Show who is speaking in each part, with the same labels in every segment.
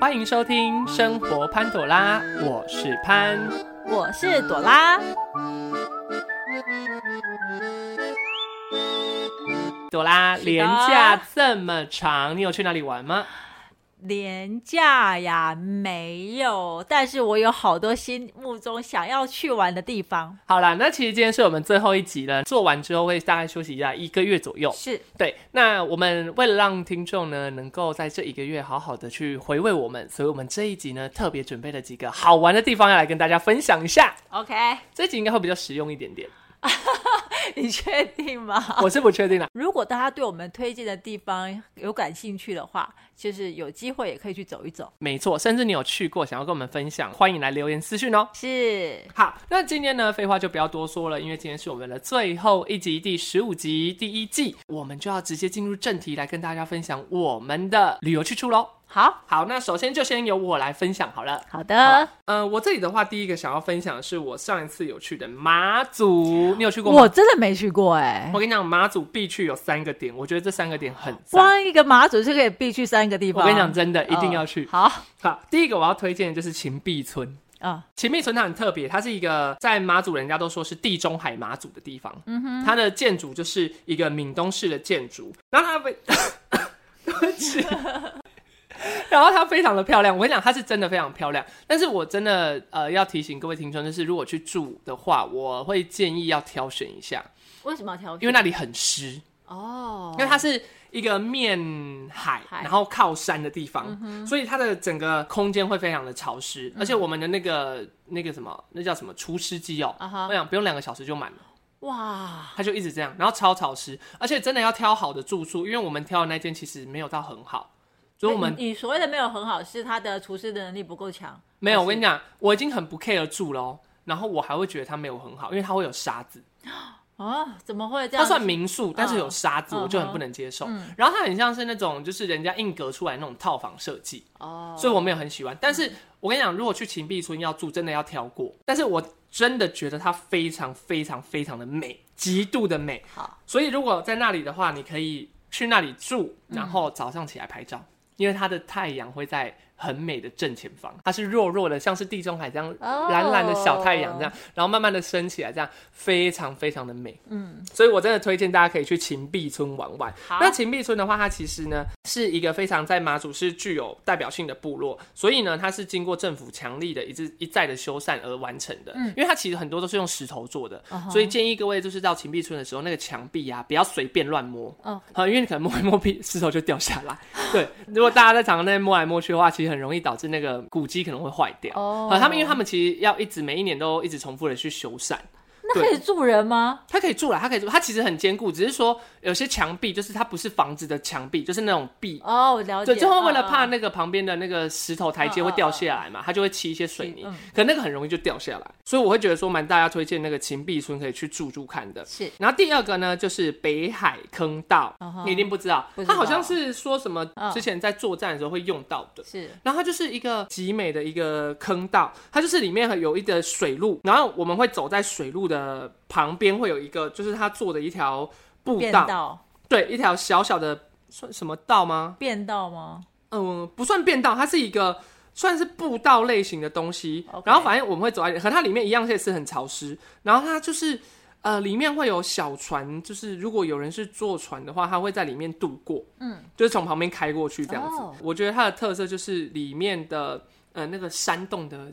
Speaker 1: 欢迎收听《生活潘朵拉》，我是潘。
Speaker 2: 我是朵拉。
Speaker 1: 朵拉，
Speaker 2: 的
Speaker 1: 廉假这么长，你有去哪里玩吗？
Speaker 2: 廉价呀，没有，但是我有好多心目中想要去玩的地方。
Speaker 1: 好啦，那其实今天是我们最后一集了，做完之后会大概休息一下一个月左右。
Speaker 2: 是，
Speaker 1: 对，那我们为了让听众呢能够在这一个月好好的去回味我们，所以我们这一集呢特别准备了几个好玩的地方要来跟大家分享一下。
Speaker 2: OK，
Speaker 1: 这集应该会比较实用一点点，
Speaker 2: 你确定吗？
Speaker 1: 我是不确定啊啦。
Speaker 2: 如果大家对我们推荐的地方有感兴趣的话，就是有机会也可以去走一走。
Speaker 1: 没错，甚至你有去过，想要跟我们分享，欢迎来留言私讯哦。
Speaker 2: 是，
Speaker 1: 好，那今天呢，废话就不要多说了，因为今天是我们的最后一集，第十五集第一季，我们就要直接进入正题，来跟大家分享我们的旅游去处喽。
Speaker 2: 好
Speaker 1: 好，那首先就先由我来分享好了。
Speaker 2: 好的。
Speaker 1: 嗯、呃，我这里的话，第一个想要分享的是我上一次有去的马祖，你有去过
Speaker 2: 我
Speaker 1: 吗？
Speaker 2: 真的没去过哎、
Speaker 1: 我跟你讲，马祖必去有三个点，我觉得这三个点很赞。
Speaker 2: 光一个马祖就可以必去三个地方。
Speaker 1: 我跟你讲，真的一定要去。
Speaker 2: 好
Speaker 1: 好，第一个我要推荐的就是秦壁村。
Speaker 2: 啊，
Speaker 1: 秦壁村它很特别，它是一个在马祖人家都说是地中海马祖的地方。嗯哼，它的建筑就是一个闽东式的建筑，然后它非， 对不起，然后它非常的漂亮。我跟你讲，它是真的非常漂亮。但是我真的呃要提醒各位听众，就是如果去住的话，我会建议要挑选一下，
Speaker 2: 为什么要挑选？
Speaker 1: 因为那里很湿。
Speaker 2: 哦，
Speaker 1: 因为它是一个面海，
Speaker 2: 海嗯
Speaker 1: 然后靠山的地方，所以它的整个空间会非常的潮湿，而且我们的那个那个什么，那叫什么除湿机哦
Speaker 2: 啊哈
Speaker 1: 我想不用两个小时就满了，
Speaker 2: 哇，
Speaker 1: 它就一直这样，然后超潮湿，而且真的要挑好的住宿，因为我们挑的那间其实没有到很好，所以我们
Speaker 2: 哎你你所谓的没有很好，是他的厨师的能力不够强。
Speaker 1: 没有。我跟
Speaker 2: 你
Speaker 1: 你讲，我已经很不 care 住了哦，然后我还会觉得它没有很好，因为它会有沙子。
Speaker 2: 哦，怎么会这
Speaker 1: 它
Speaker 2: 样？
Speaker 1: 算民宿，但是有沙子，
Speaker 2: 嗯
Speaker 1: 我就很不能接受。然后它很像是那种就是人家硬隔出来那种套房设计，
Speaker 2: 哦，
Speaker 1: 所以我没有很喜欢。但是我跟你讲，如果去秦壁村要住，真的要挑过。但是我真的觉得它非常非常非常的美，极度的美。
Speaker 2: 好，
Speaker 1: 所以如果在那里的话，你可以去那里住，然后早上起来拍照，因为它的太阳会在很美的正前方，它是弱弱的，像是地中海这样
Speaker 2: 哦
Speaker 1: 蓝蓝的小太阳这样，然后慢慢的升起来，这样非常非常的美。嗯，所以我真的推荐大家可以去秦壁村玩玩。
Speaker 2: 好
Speaker 1: 那秦壁村的话，它其实呢是一个非常在马祖是具有代表性的部落，所以呢它是经过政府强力的一致一再的修缮而完成的。因为它其实很多都是用石头做的，所以建议各位就是到秦壁村的时候，那个墙壁啊不要随便乱摸。
Speaker 2: 哦
Speaker 1: 好，因为你可能摸一摸屁石头就掉下来。对，如果大家在场内摸来摸去的话，其实很容易导致那个骨肌可能会坏掉。
Speaker 2: 哦
Speaker 1: 好他们因为他们其实要一直每一年都一直重复的去修缮。
Speaker 2: 那
Speaker 1: 对
Speaker 2: 可以住人吗？
Speaker 1: 它可以住了，它可以住，它其实很坚固，只是说有些墙壁就是它不是房子的墙壁，就是那种壁，
Speaker 2: 哦，我了解。
Speaker 1: 对，就会为了怕
Speaker 2: 嗯
Speaker 1: 那个旁边的那个石头台阶会掉下来嘛，它就会砌一些水泥
Speaker 2: 嗯，
Speaker 1: 可那个很容易就掉下来，所以我会觉得说蛮大家推荐那个秦壁村可以去住住看的。
Speaker 2: 是
Speaker 1: 然后第二个呢，就是北海坑道
Speaker 2: 嗯哼
Speaker 1: 你一定不知道
Speaker 2: 不，知
Speaker 1: 它
Speaker 2: 道
Speaker 1: 好像是说什么
Speaker 2: 嗯
Speaker 1: 之前在作战的时候会用到的。
Speaker 2: 是
Speaker 1: 然后它就是一个极美的一个坑道，它就是里面有一个水路，然后我们会走在水路的旁边，会有一个就是它做的一条步
Speaker 2: 变
Speaker 1: 道，
Speaker 2: 道
Speaker 1: 对，一条小小的算什么道吗？
Speaker 2: 变道吗？
Speaker 1: 嗯，不算变道，它是一个算是步道类型的东西。
Speaker 2: OK
Speaker 1: 然后反正我们会走在，和它里面一样，也是很潮湿。然后它就是呃，里面会有小船，就是如果有人是坐船的话，他会在里面度过。
Speaker 2: 嗯，
Speaker 1: 就是从旁边开过去这样子。
Speaker 2: 哦
Speaker 1: 我觉得它的特色就是里面的呃那个山洞的。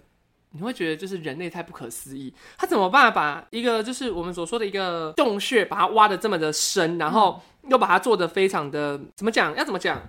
Speaker 1: 你会觉得就是人类太不可思议，他怎么办把一个就是我们所说的一个洞穴，把它挖的这么的深，然后
Speaker 2: 嗯
Speaker 1: 又把它做的非常的怎么讲？要怎么讲？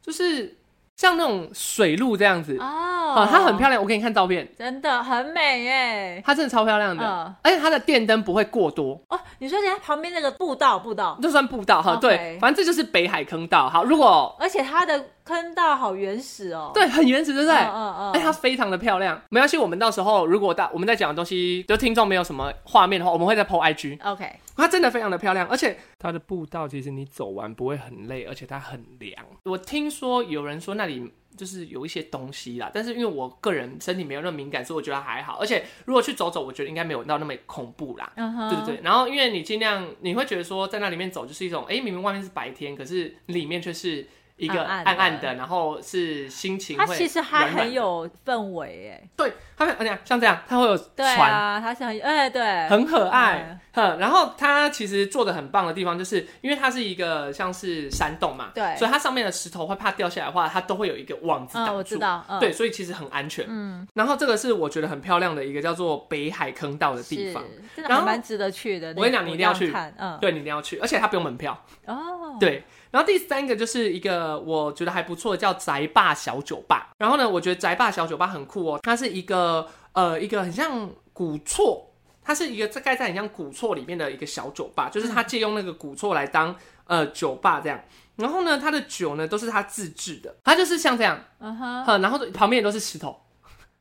Speaker 1: 就是像那种水路这样子，
Speaker 2: 哦
Speaker 1: 好、它很漂亮。我给你看照片，
Speaker 2: 亮，真的很美耶。
Speaker 1: 它真的超漂亮的，
Speaker 2: 嗯
Speaker 1: 而且它的电灯不会过多，
Speaker 2: 哦，你说人家旁边那个步道步道，
Speaker 1: 就算步道哈。
Speaker 2: 哦 OK
Speaker 1: 对，反正这就是北海坑道。好，如果
Speaker 2: 而且它的坑道好原始哦。
Speaker 1: 对很原始，对不对？
Speaker 2: 嗯，嗯嗯
Speaker 1: 哎，它
Speaker 2: 嗯，
Speaker 1: 非常的漂亮，没关系。我们到时候如果大我们在讲的东西，就听众没有什么画面的话，我们会再 PO IG。
Speaker 2: OK，
Speaker 1: 它真的非常的漂亮，而且它的步道其实你走完不会很累，而且它很凉。我听说有人说那里就是有一些东西啦，但是因为我个人身体没有那么敏感，所以我觉得还好。而且如果去走走，我觉得应该没有到那么恐怖啦。
Speaker 2: 嗯哼，
Speaker 1: 对对对，然后因为你尽量，你会觉得说在那里面走就是一种，哎，明明外面是白天，可是里面却是一个
Speaker 2: 暗暗的
Speaker 1: 暗暗的，然后是心情
Speaker 2: 它
Speaker 1: 会
Speaker 2: 其实还
Speaker 1: 软软
Speaker 2: 很
Speaker 1: 的
Speaker 2: 有氛围哎，
Speaker 1: 对，它会哎呀像这样，它会有
Speaker 2: 对
Speaker 1: 船，
Speaker 2: 啊，它是很嗯哎对，
Speaker 1: 很可爱，哼。然后它其实做的很棒的地方，就是因为它是一个像是山洞嘛，
Speaker 2: 对
Speaker 1: 所以它上面的石头会怕掉下来的话，它都会有一个网子挡住。
Speaker 2: 嗯，我知道，嗯，
Speaker 1: 对，所以其实很安全。嗯，然后这个是我觉得很漂亮的一个叫做北海坑道的
Speaker 2: 是，
Speaker 1: 地方，
Speaker 2: 真的
Speaker 1: 然
Speaker 2: 还
Speaker 1: 后
Speaker 2: 蛮值得去的。
Speaker 1: 我跟你讲你一定要去
Speaker 2: 那样看，嗯，
Speaker 1: 对你一定要去，而且它不用门票。
Speaker 2: 哦，，
Speaker 1: 对，然后第三个就是一个我觉得还不错的叫宅爸小酒吧。然后呢，我觉得宅爸小酒吧很酷哦，它是一个呃一个很像古厝，它是一个大概在很像古厝里面的一个小酒吧，就是
Speaker 2: 嗯
Speaker 1: 它借用那个古厝来当呃酒吧这样。然后呢，它的酒呢都是它自制的，它就是像这样，
Speaker 2: 嗯哼，
Speaker 1: 呃，然后旁边也都是石头，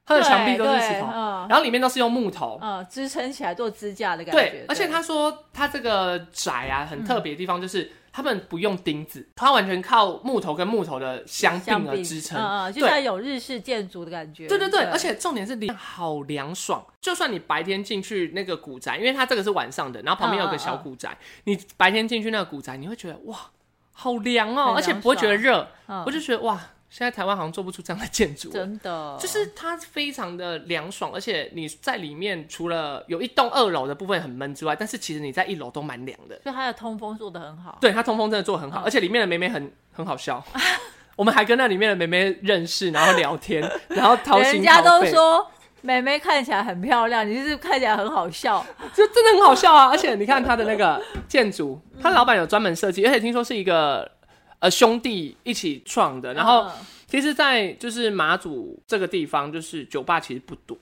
Speaker 1: 它的墙壁都是
Speaker 2: 对
Speaker 1: 石
Speaker 2: 对
Speaker 1: 头，
Speaker 2: 嗯
Speaker 1: 然后里面都是用木头。
Speaker 2: 嗯，支撑起来做支架的感觉。
Speaker 1: 对，而且他说他这个宅啊，很特别的地方就是、
Speaker 2: 嗯
Speaker 1: 他们不用钉子，他完全靠木头跟木头的相
Speaker 2: 相
Speaker 1: 并而啊支撑。
Speaker 2: 嗯嗯，就像
Speaker 1: 对，
Speaker 2: 有日式建筑的感觉。
Speaker 1: 对对对，而且重点是里面好凉爽，就算你白天进去那个古宅，因为它这个是晚上的，然后旁边有个
Speaker 2: 嗯
Speaker 1: 小古宅，你白天进去那个古宅，你会觉得哇，好凉哦、
Speaker 2: 很
Speaker 1: 而且
Speaker 2: 凉
Speaker 1: 不会觉得热，
Speaker 2: 嗯
Speaker 1: 我就觉得哇，现在台湾好像做不出这样的建筑了。
Speaker 2: 真的
Speaker 1: 就是它非常的凉爽，而且你在里面除了有一栋二楼的部分很闷之外，但是其实你在一楼都蛮凉的。
Speaker 2: 所以它的通风做的很好。
Speaker 1: 对，它通风真的做得很好，
Speaker 2: 嗯
Speaker 1: 而且里面的妹妹很很好笑。 我们还跟那里面的妹妹认识，然后聊 天，然后掏心
Speaker 2: 人家
Speaker 1: 掏
Speaker 2: 都
Speaker 1: 肺，
Speaker 2: 说妹妹看起来很漂亮，你就是看起来很好笑。
Speaker 1: 就真的很好笑啊！而且你看它的那个建筑，它老板有专门设计，而且听说是一个呃兄弟一起创的。然后
Speaker 2: 嗯
Speaker 1: 其实，在就是马祖这个地方，就是酒吧其实不多，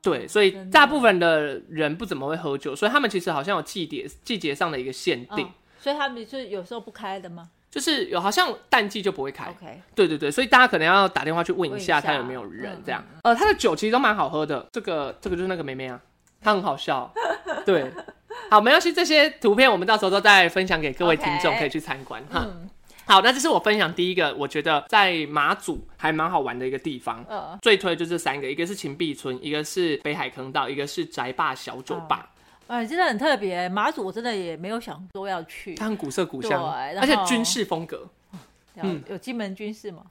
Speaker 1: 对，所以
Speaker 2: 哦真的
Speaker 1: 大部分的人不怎么会喝酒，所以他们其实好像有季节季节上的一个限定，
Speaker 2: 嗯所以他们是有时候不开的吗
Speaker 1: 就是有好像淡季就不会开。
Speaker 2: ？OK，
Speaker 1: 对对对，所以大家可能要打电话去问一
Speaker 2: 问
Speaker 1: 下
Speaker 2: 一下
Speaker 1: 他有没有人
Speaker 2: 嗯
Speaker 1: 这样。呃，他的酒其实都蛮好喝的，这个这个就是那个梅梅啊，她很好 笑。对，好，没关系，这些图片我们到时候都再分享给各位听众
Speaker 2: OK
Speaker 1: 可以去参观哈。
Speaker 2: 嗯
Speaker 1: 好，那这是我分享第一个，我觉得在马祖还蛮好玩的一个地方。
Speaker 2: 呃，
Speaker 1: 最推就这三个，一个是秦壁村，一个是北海坑道，一个是宅坝小酒吧，
Speaker 2: 哎，真的很特别。马祖我真的也没有想说要去，
Speaker 1: 它很古色古香，
Speaker 2: 对然后
Speaker 1: 而且军事风格。嗯
Speaker 2: 有金门军事吗？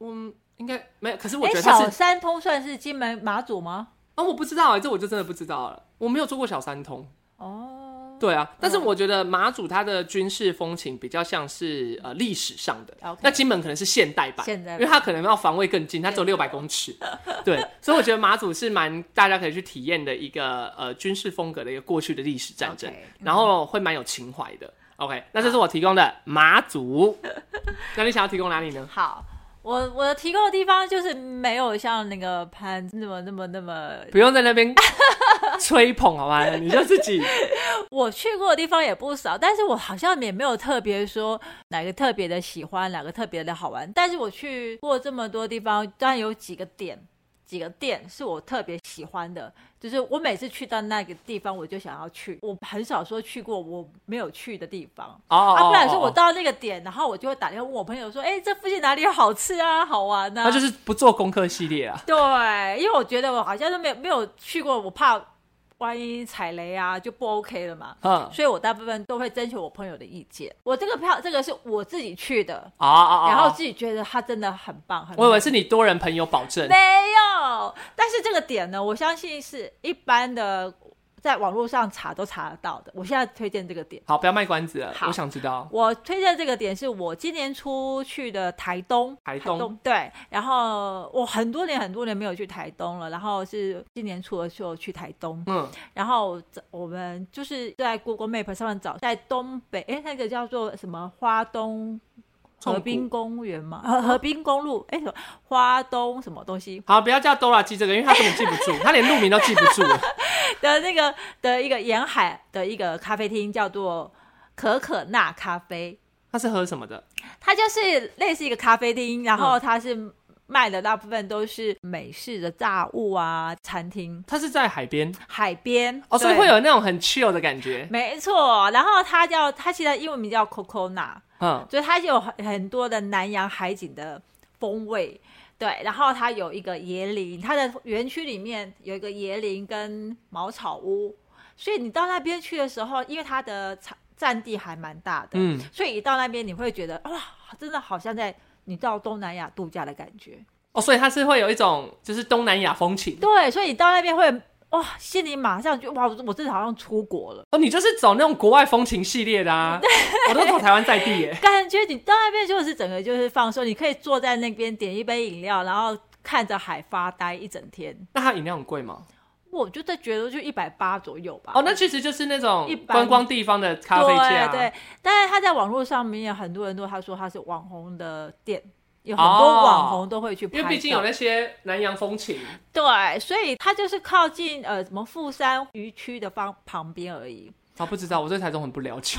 Speaker 1: 嗯，应该没有，可是我
Speaker 2: 哎、
Speaker 1: 觉得它是
Speaker 2: 小三通算是金门马祖吗？
Speaker 1: 啊、我不知道哎、这我就真的不知道了，我没有做过小三通。
Speaker 2: 哦
Speaker 1: 对啊，但是我觉得马祖它的军事风情比较像是呃历史上的
Speaker 2: OK
Speaker 1: 那金门可能是现代版，
Speaker 2: 现代版
Speaker 1: 因为它可能要防卫更近，它只有六百公 尺，对，所以我觉得马祖是蛮大家可以去体验的一个呃军事风格的一个过去的历史战争
Speaker 2: OK，嗯
Speaker 1: 然后会蛮有情怀的。OK，那这是我提供的马 祖，那你想要提供哪里呢？
Speaker 2: 好，我我提供的地方就是没有像那个潘那么那么那么，
Speaker 1: 不用在那 边吹捧好吗？你就自己
Speaker 2: 我去过的地方也不少，但是我好像也没有特别说哪个特别的喜欢，哪个特别的好玩。但是我去过这么多地方，当然有几个点。几个店是我特别喜欢的，就是我每次去到那个地方，我就想要去。我很少说去过我没有去的地方，
Speaker 1: 哦哦，
Speaker 2: 啊，不然说
Speaker 1: 哦
Speaker 2: 我
Speaker 1: 哦
Speaker 2: 到那个点，然后我就会打电话问我朋友说，哎、这附近哪里有好吃啊，好玩呐、
Speaker 1: 那就是不做功课系列啊。
Speaker 2: 对，因为我觉得我好像都没有没有去过，我怕万一踩雷啊，就不 OK 了嘛。
Speaker 1: 嗯，
Speaker 2: 所以我大部分都会征求我朋友的意见。我这个票，这个是我自己去的，
Speaker 1: 哦哦，
Speaker 2: 然后
Speaker 1: 哦
Speaker 2: 自己觉得它真的很棒，很
Speaker 1: 我以为
Speaker 2: 美
Speaker 1: 是你多人朋友保证，
Speaker 2: 没有，但是这个点呢，我相信是一般的在网络上查都查得到的。我现在推荐这个点。
Speaker 1: 好，不要卖关子了，
Speaker 2: 好
Speaker 1: 我想知道。
Speaker 2: 我推荐这个点是我今年初去的台东，
Speaker 1: 台东
Speaker 2: 对，然后我很多年很多年没有去台东了，然后是今年初的时候去台东，
Speaker 1: 嗯，
Speaker 2: 然后我们就是在 Google Map 上面找，在东北，哎，那个叫做什么花东
Speaker 1: 纵
Speaker 2: 河
Speaker 1: 谷
Speaker 2: 滨公园嘛，河河滨公路，哎，什么花东什么东西
Speaker 1: 好，不要叫 Dora 记这个，因为他根本记不 住，他连路名都记不住了。
Speaker 2: 的那个的一个沿海的一个咖啡厅，叫做可可纳咖啡。
Speaker 1: 他是喝什么的？
Speaker 2: 它就是类似一个咖啡厅，然
Speaker 1: 嗯
Speaker 2: 后它是卖的大部分都是美式的炸物啊，餐厅、
Speaker 1: 他是在海边
Speaker 2: 海边
Speaker 1: 哦，所以
Speaker 2: 对
Speaker 1: 会有那种很 chill 的感觉。
Speaker 2: 没错。然后它叫它其实它英文名叫 Cocona，
Speaker 1: 嗯，
Speaker 2: 所以它有很很多的南洋海景的风味。对，然后它有一个椰林，它的园区里面有一个椰林跟茅草屋，所以你到那边去的时候，因为它的草占地还蛮大的，
Speaker 1: 嗯，
Speaker 2: 所以一到那边你会觉得哇，真的好像在你到东南亚度假的感觉。
Speaker 1: 哦，所以它是会有一种就是东南亚风情。
Speaker 2: 对，所以你到那边会哇，心里马上就哇，我我真的好像出国了，
Speaker 1: 哦，你就是走那种国外风情系列的啊，我都走台湾在地耶。
Speaker 2: 感觉你到那边就是整个就是放松，你可以坐在那边点一杯饮料，然后看着海发呆一整天。
Speaker 1: 那它饮料很贵吗？
Speaker 2: 我就在觉得就一百八左右吧。
Speaker 1: 哦，那其实就是那种
Speaker 2: 一般
Speaker 1: 观光地方的咖啡店、啊，
Speaker 2: 对对，但是他在网络上面很多人都他说他是网红的店，有很多网红都会去拍照、
Speaker 1: 因为毕竟有那些南洋风情。
Speaker 2: 对，所以他就是靠近呃什么富山渔区的方旁边而已。
Speaker 1: 啊，不知道，我对台中很不了解。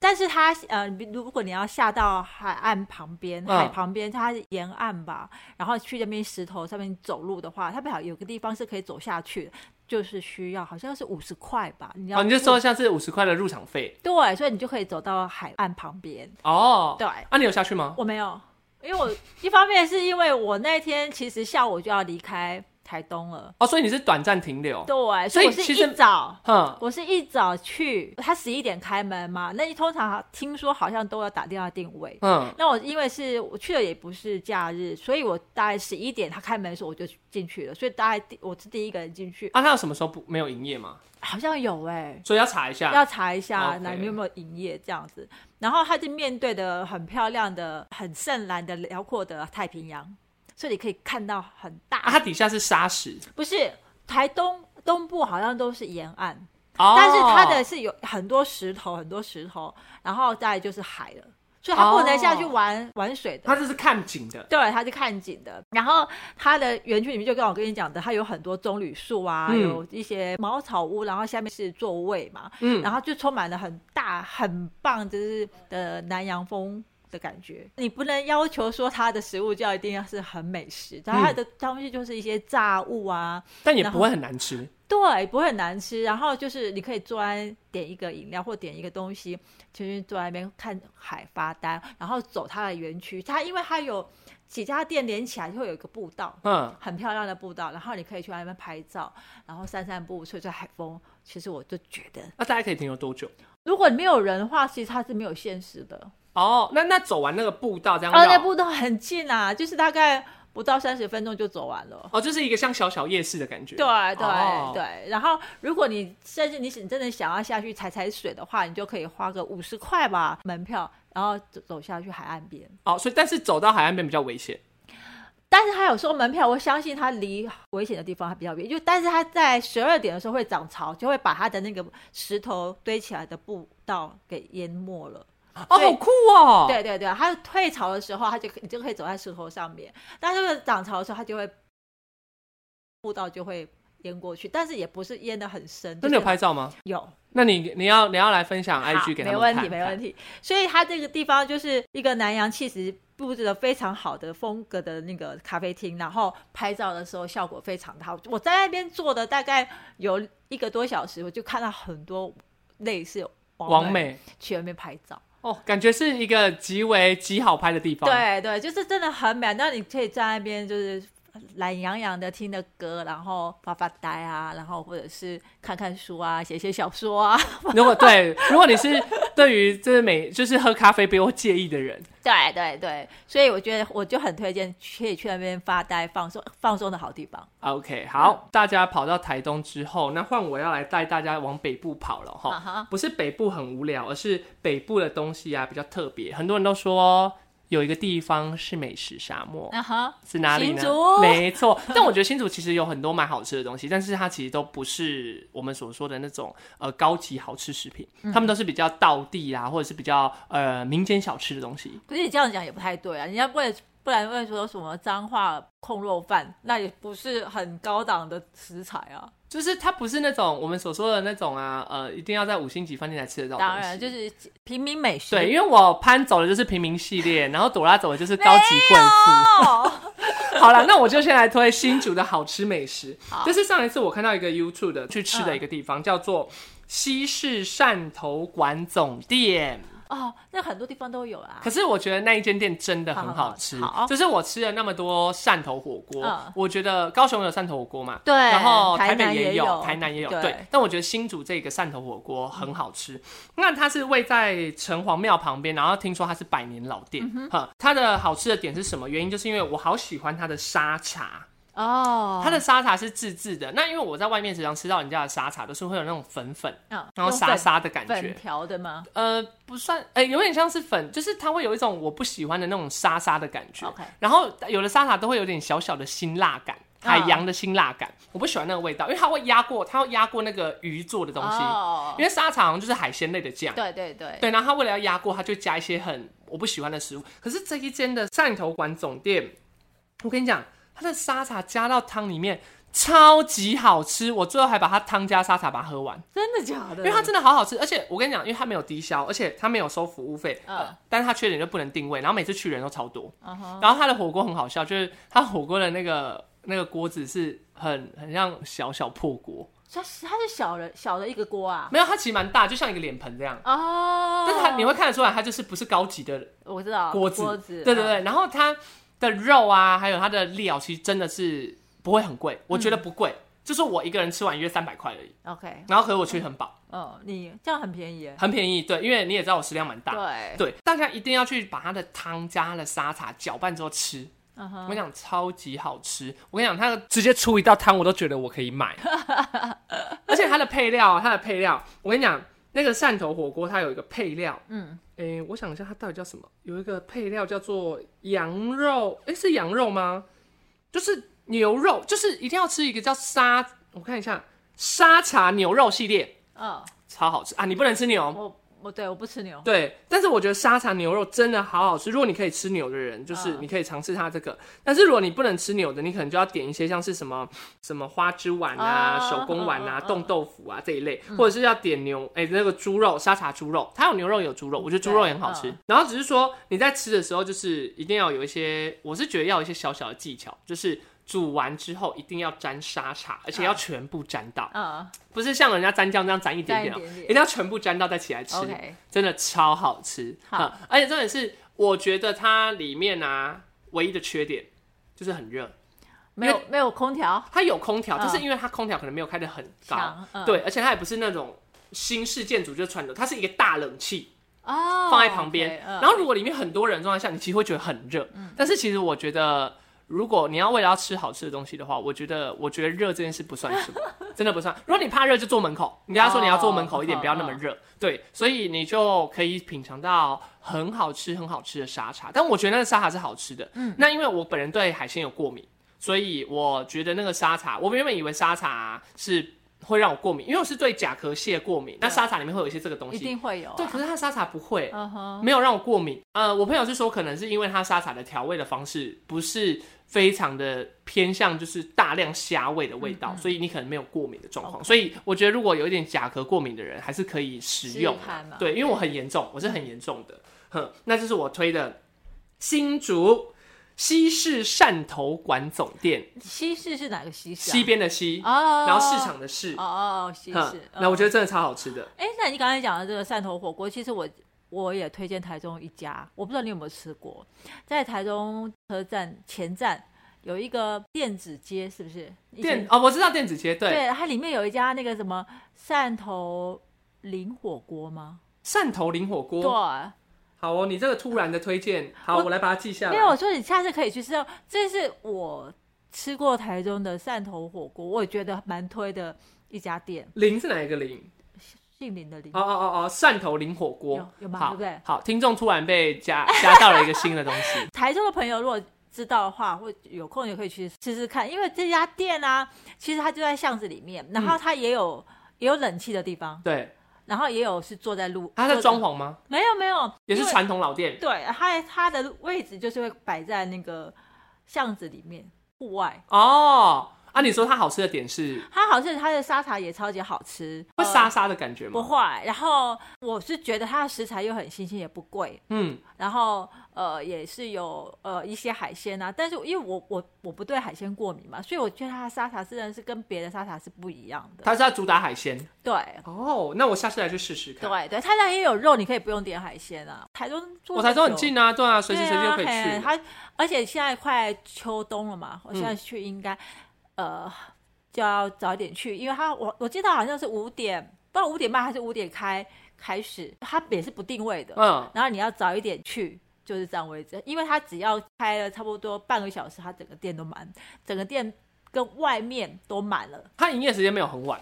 Speaker 2: 但是它呃，如果你要下到海岸旁边，
Speaker 1: 嗯
Speaker 2: 海旁边它是沿岸吧，然后去那边石头上面走路的话，它好像有个地方是可以走下去的，就是需要好像是五十块吧，你要、
Speaker 1: 哦，你就说像是五十块的入场费
Speaker 2: 对，所以你就可以走到海岸旁边，
Speaker 1: 哦。
Speaker 2: 对。
Speaker 1: 啊，你有下去吗？
Speaker 2: 我没有，因为 我一方面是因为我那天其实下午就要离开台东了，
Speaker 1: 哦，所以你是短暂停留。
Speaker 2: 对，
Speaker 1: 所以
Speaker 2: 我是
Speaker 1: 其实
Speaker 2: 一早。
Speaker 1: 哼，
Speaker 2: 我是一早去，他十一点开门嘛，那你通常听说好像都要打电话定位。
Speaker 1: 嗯，
Speaker 2: 那我因为是我去的也不是假日，所以我大概十一点他开门的时候我就进去了，所以大概第我是第一个人进去，
Speaker 1: 啊，它有什么时候不没有营业吗？
Speaker 2: 好像有哎、
Speaker 1: 所以要查一下。
Speaker 2: 要查一下
Speaker 1: OK
Speaker 2: 那你有没有营业这样子。然后他就面对的很漂亮的、很湛蓝的、辽阔的太平洋，所以你可以看到很大。
Speaker 1: 啊，它底下是沙石，
Speaker 2: 不是台东东部好像都是沿岸，
Speaker 1: 哦、
Speaker 2: 但是它的是有很多石头，很多石头，然后再来就是海了，所以他不能下去玩、玩水的。
Speaker 1: 它这是看景的。
Speaker 2: 对，它是看景的。然后它的园区里面就跟我跟你讲的，它有很多棕榈树啊，
Speaker 1: 嗯
Speaker 2: 有一些茅草屋，然后下面是座位嘛，
Speaker 1: 嗯
Speaker 2: 然后就充满了很大、很棒，就是的南洋风。的感觉，你不能要求说它的食物就要一定要是很美食，但
Speaker 1: 嗯
Speaker 2: 它的东西就是一些炸物啊，
Speaker 1: 但也
Speaker 2: 然
Speaker 1: 不
Speaker 2: 后
Speaker 1: 会很难吃。
Speaker 2: 对，不会很难吃。然后就是你可以坐在点一个饮料或点一个东西，就是坐在那边看海发呆，然后走它的园区。它因为它有几家店连起来，就会有一个步道，
Speaker 1: 嗯，
Speaker 2: 很漂亮的步道，然后你可以去那边拍照，然后散散步，吹吹海风。其实我就觉得，
Speaker 1: 那大家可以停留多久？
Speaker 2: 如果没有人的话，其实它是没有限时的。
Speaker 1: 哦，那那走完那个步道这样
Speaker 2: 然后哦那
Speaker 1: 绕，
Speaker 2: 步道很近啊，就是大概不到三十分钟就走完了。
Speaker 1: 哦，就是一个像小小夜市的感觉。
Speaker 2: 对啊对、
Speaker 1: 哦
Speaker 2: 对，然后如果你甚至你真的想要下去踩踩水的话，你就可以花个五十块吧门票，然后走走下去海岸边。
Speaker 1: 哦，所以但是走到海岸边比较危险。
Speaker 2: 但是它有收门票，我相信它离危险的地方还比较远，就但是它在十二点的时候会涨潮，就会把它的那个石头堆起来的步道给淹没了。
Speaker 1: 哦，
Speaker 2: 对
Speaker 1: 好酷哦！，
Speaker 2: 对对对，它退潮的时候，它就你就可以走在石头上面，但是涨潮的时候，它就会步道就会淹过去，但是也不是淹的很深。
Speaker 1: 那
Speaker 2: 就是
Speaker 1: 你有拍照吗？
Speaker 2: 有。
Speaker 1: 那你你要你要来分享
Speaker 2: 好
Speaker 1: IG 给他
Speaker 2: 没
Speaker 1: 们
Speaker 2: 问
Speaker 1: 看
Speaker 2: 题，没问
Speaker 1: 题。
Speaker 2: 题。所以它这个地方就是一个南洋气质布置的非常好的风格的那个咖啡厅，然后拍照的时候效果非常的好。我在那边坐的大概有一个多小时，我就看到很多类似
Speaker 1: 王
Speaker 2: 美
Speaker 1: 美
Speaker 2: 去那边拍照。
Speaker 1: 哦，感觉是一个极为极好拍的地方。，
Speaker 2: 对对，就是真的很美。那你可以在那边就是。懒洋洋的听着歌，然后发发呆啊，然后或者是看看书啊，写写小说啊，
Speaker 1: 如果对，如果你是对于就是美就是喝咖啡不会介意的人，
Speaker 2: 对对对，所以我觉得我就很推荐可以去那边发呆放松放松的好地方。
Speaker 1: 啊 OK，好，
Speaker 2: 嗯
Speaker 1: 大家跑到台东之后，那换我要来带大家往北部跑了
Speaker 2: 啊
Speaker 1: 哈。
Speaker 2: 哈
Speaker 1: 不是北部很无聊，而是北部的东西啊比较特别。很多人都说有一个地方是美食沙漠，
Speaker 2: 啊哈，
Speaker 1: 是哪里呢
Speaker 2: 新竹？
Speaker 1: 没错， 但我觉得新竹其实有很多蛮好吃的东西，但是它其实都不是我们所说的那种呃高级好吃食品，他们都是比较道地啦，或者是比较呃民间小吃的东西。
Speaker 2: 可是你这样讲也不太对啊，人家不然不然会说什么脏话控肉饭，那也不是很高档的食材啊。
Speaker 1: 就是它不是那种我们所说的那种啊，呃，一定要在五星级饭店才吃得到的东
Speaker 2: 当
Speaker 1: 西。
Speaker 2: 然就是平民美食。
Speaker 1: 对，因为我潘走的就是平民系列，然后朵拉走的就是高级贵妇。
Speaker 2: 哦，
Speaker 1: 好了，那我就先来推新竹的好吃美食。就是上一次我看到一个 YouTube
Speaker 2: 嗯
Speaker 1: 的去吃的一个地方，叫做西式汕头馆总店。
Speaker 2: 哦，那很多地方都有啊。
Speaker 1: 可是我觉得那一间店真的很好吃，
Speaker 2: 好好好
Speaker 1: 就是我吃了那么多汕头火锅，
Speaker 2: 嗯
Speaker 1: 我觉得高雄有汕头火锅嘛，
Speaker 2: 对
Speaker 1: 然后台
Speaker 2: 台
Speaker 1: 北
Speaker 2: 南也
Speaker 1: 有，
Speaker 2: 有
Speaker 1: 台南也有，
Speaker 2: 对
Speaker 1: 对。但我觉得新竹这个汕头火锅很好吃，那它是位在城隍庙旁边，然后听说它是百年老店，
Speaker 2: 嗯
Speaker 1: 哈、它的好吃的点是什么？原因就是因为我好喜欢它的沙茶。
Speaker 2: 哦，
Speaker 1: 它的沙茶是自制的，那因为我在外面时常吃到人家的沙茶，都是会有那种粉粉，
Speaker 2: 嗯
Speaker 1: 然后
Speaker 2: 用
Speaker 1: 沙
Speaker 2: 粉
Speaker 1: 沙的感觉，
Speaker 2: 粉条的吗？
Speaker 1: 呃，不算，哎、有点像是粉，就是它会有一种我不喜欢的那种沙沙的感觉。
Speaker 2: OK
Speaker 1: 然后有的沙茶都会有点小小的辛辣感，海
Speaker 2: 嗯
Speaker 1: 洋的辛辣感，我不喜欢那个味道，因为它会压过，它会压过那个鱼做的东西，
Speaker 2: 哦
Speaker 1: 因为沙茶好像就是海鲜类的酱。
Speaker 2: 对对对，
Speaker 1: 对，然后它为了要压过，它就加一些很我不喜欢的食物。可是这一间的汕头馆总店，我跟你讲，它的沙茶加到汤里面超级好吃，我最后还把它汤加沙茶把它喝完。
Speaker 2: 真的假的？
Speaker 1: 因为它真的好好吃，而且我跟你讲，因为它没有低消，而且它没有收服务费，
Speaker 2: 嗯
Speaker 1: 呃，但是它缺点就不能定位，然后每次去人都超多，
Speaker 2: 嗯哼
Speaker 1: 然后它的火锅很好笑，就是它火锅的那个那个锅子是很很像小小破锅，
Speaker 2: 它是它是小的小的一个锅啊。
Speaker 1: 没有，它其实蛮大，就像一个脸盆这样，
Speaker 2: 哦，
Speaker 1: 但是它你会看得出来，它就是不是高级的
Speaker 2: 我知道
Speaker 1: 锅子，
Speaker 2: 啊锅子，
Speaker 1: 对对
Speaker 2: 嗯，
Speaker 1: 对，然后它的肉啊，还有它的料，其实真的是不会很贵，
Speaker 2: 嗯
Speaker 1: 我觉得不贵，就是我一个人吃完约三百块而已，
Speaker 2: OK，
Speaker 1: 然后可是我吃很饱，
Speaker 2: 哦，你这样很便宜耶，
Speaker 1: 很便宜，对，因为你也知道我食量蛮大，
Speaker 2: 嗯对，啊
Speaker 1: 对，大家一定要去把它的汤加它的沙茶搅拌之后吃。
Speaker 2: 嗯
Speaker 1: 我
Speaker 2: 哼，
Speaker 1: 跟你讲，超级好吃。我跟你讲，它直接出一道汤，我都觉得我可以 买。而且它的配料，啊它的配料，我跟你讲，那个汕头火锅它有一个配料，
Speaker 2: 嗯，
Speaker 1: 诶、我想一下，它到底叫什么？有一个配料叫做羊肉，诶、是羊肉吗？就是牛肉，就是一定要吃一个叫沙，我看一下，沙茶牛肉系列，
Speaker 2: 哦，
Speaker 1: 超好吃啊！你不能吃牛，
Speaker 2: 我我对我不吃牛，
Speaker 1: 对，但是我觉得沙茶牛肉真的好好吃。如果你可以吃牛的人，就是
Speaker 2: 嗯
Speaker 1: 你可以尝试它这个。但是如果你不能吃牛的，你可能就要点一些像是什么什么花枝丸啊、
Speaker 2: 哦
Speaker 1: 手工丸啊、
Speaker 2: 嗯嗯嗯嗯
Speaker 1: 冻豆腐啊这一类，或者是要点牛哎、那个猪肉沙茶猪肉，它有牛肉有猪肉，我觉得猪肉也很好吃。
Speaker 2: 嗯
Speaker 1: 然后只是说你在吃的时候，就是一定要有一些，我是觉得要有一些小小的技巧，就是。煮完之后一定要沾沙茶，而且要全部沾到，
Speaker 2: 嗯
Speaker 1: 不是像人家沾酱这样沾一点点哦，
Speaker 2: 沾一点点
Speaker 1: 定要全部沾到再起来吃。
Speaker 2: ，OK，
Speaker 1: 真的超好吃。
Speaker 2: 好
Speaker 1: 嗯而且重点是，我觉得它里面啊，唯一的缺点就是很热。
Speaker 2: 没有没有空调，
Speaker 1: 它有空调，
Speaker 2: 嗯
Speaker 1: 就是因为它空调可能没有开得很高
Speaker 2: 强，嗯
Speaker 1: 对，而且它也不是那种新式建筑就是传统，它是一个大冷气
Speaker 2: 哦，
Speaker 1: 放在旁边。
Speaker 2: OK，嗯
Speaker 1: 然后如果里面很多人的状态下，你其实会觉得很热。但是其实我觉得。如果你要为了要吃好吃的东西的话，我觉得我觉得热这件事不算什 么，真的不算。如果你怕热，就坐门口。你跟他说你要坐门口一点，
Speaker 2: 哦
Speaker 1: 不要那么热。对，所以你就可以品尝到很好吃、很好吃的沙茶。但我觉得那个沙茶是好吃的。嗯，那因为我本人对海鲜有过敏，所以我觉得那个沙茶，我原本以为沙茶是会让我过敏，因为我是对甲壳蟹过敏。那沙茶里面会有一些这个东
Speaker 2: 一
Speaker 1: 西，
Speaker 2: 定会有啊，
Speaker 1: 对，可是它沙茶不会。
Speaker 2: 嗯哼，
Speaker 1: 没有让我过敏。呃，我朋友是说，可能是因为它沙茶的调味的方式不是非常的偏向就是大量虾味的味
Speaker 2: 嗯
Speaker 1: 道，所以你可能没有过敏的状况。所以我觉得，如果有一点甲壳过敏的人，还是可以食用
Speaker 2: 试试
Speaker 1: 啊
Speaker 2: 看嘛。嗯
Speaker 1: 对，因为我很严重，我是很严重的。哼，那就是我推的新竹西式汕头馆总店，
Speaker 2: 西式是哪个西式啊？
Speaker 1: 西边的西，
Speaker 2: 哦，
Speaker 1: 然后市场的市。
Speaker 2: 哦哦哦，西
Speaker 1: 哼
Speaker 2: 式，，
Speaker 1: 那我觉
Speaker 2: 得，
Speaker 1: 得真的超好吃的。
Speaker 2: 哎，那你刚才讲的这个汕头火锅，其实我。我也推荐台中一家，我不知道你有没有吃过，在台中车站前站有一个电子街，是不是？以前
Speaker 1: 电哦，我知道电子街，对，
Speaker 2: 对，它里面有一家那个什么汕头林火锅吗？
Speaker 1: 汕头林火锅，
Speaker 2: 对，
Speaker 1: 好哦，你这个突然的推荐，好，我
Speaker 2: 我
Speaker 1: 来把它记下来。
Speaker 2: 没有，我说你下次可以去吃哦。这是我吃过台中的汕头火锅，我也觉得蛮推的一家店，
Speaker 1: 林是哪一个林？
Speaker 2: 姓林的林。
Speaker 1: 哦哦哦哦，汕头林火
Speaker 2: 有
Speaker 1: 锅
Speaker 2: 有吗
Speaker 1: 好，
Speaker 2: 对不对
Speaker 1: 好，听众突然被加 加到了一个新的东西。
Speaker 2: 台中的朋友如果知道的话，或有空也可以去试试看，因为这家店啊，其实它就在巷子里面，然后
Speaker 1: 嗯
Speaker 2: 它也有、也有冷气的地方，
Speaker 1: 对，啊
Speaker 2: 然后也有是坐在路，
Speaker 1: 它在
Speaker 2: 坐
Speaker 1: 装潢吗？
Speaker 2: 没有没有，
Speaker 1: 也是
Speaker 2: 因为
Speaker 1: 传统老店。
Speaker 2: 对，它它的位置就是会摆在那个巷子里面，户外。
Speaker 1: 哦啊，你说它好吃的点是
Speaker 2: 它好像它的沙茶也超级好吃，
Speaker 1: 会
Speaker 2: 呃
Speaker 1: 沙沙的感觉
Speaker 2: 不
Speaker 1: 吗？
Speaker 2: 会。然后我是觉得它的食材又很新鲜，也不贵，
Speaker 1: 嗯，
Speaker 2: 然后呃也是有呃一些海鲜啊，但是因为我我我不对海鲜过敏嘛，所以我觉得它的沙茶真的是跟别的沙茶是不一样的。
Speaker 1: 它是要主打海鲜
Speaker 2: 对
Speaker 1: 哦，那我下次来去试试看。
Speaker 2: 对啊对，它那也有肉，你可以不用点海鲜啊。台中住
Speaker 1: 我台中很
Speaker 2: 久
Speaker 1: 近啊，对啊，随时
Speaker 2: 对
Speaker 1: 随地
Speaker 2: 啊
Speaker 1: 都可以
Speaker 2: 嘿
Speaker 1: 去。嗯
Speaker 2: 它而且现在快秋冬了嘛，我现在去应该、呃就要早一点去，因为它我我记得好像是五点，不知道五点半还是五点开开始，它也是不定位的，
Speaker 1: 嗯，
Speaker 2: 然后你要早一点去。就是占位置，因为它只要开了差不多半个小时，它整个店都满，整个店跟外面都满了。
Speaker 1: 它营业时间没有很晚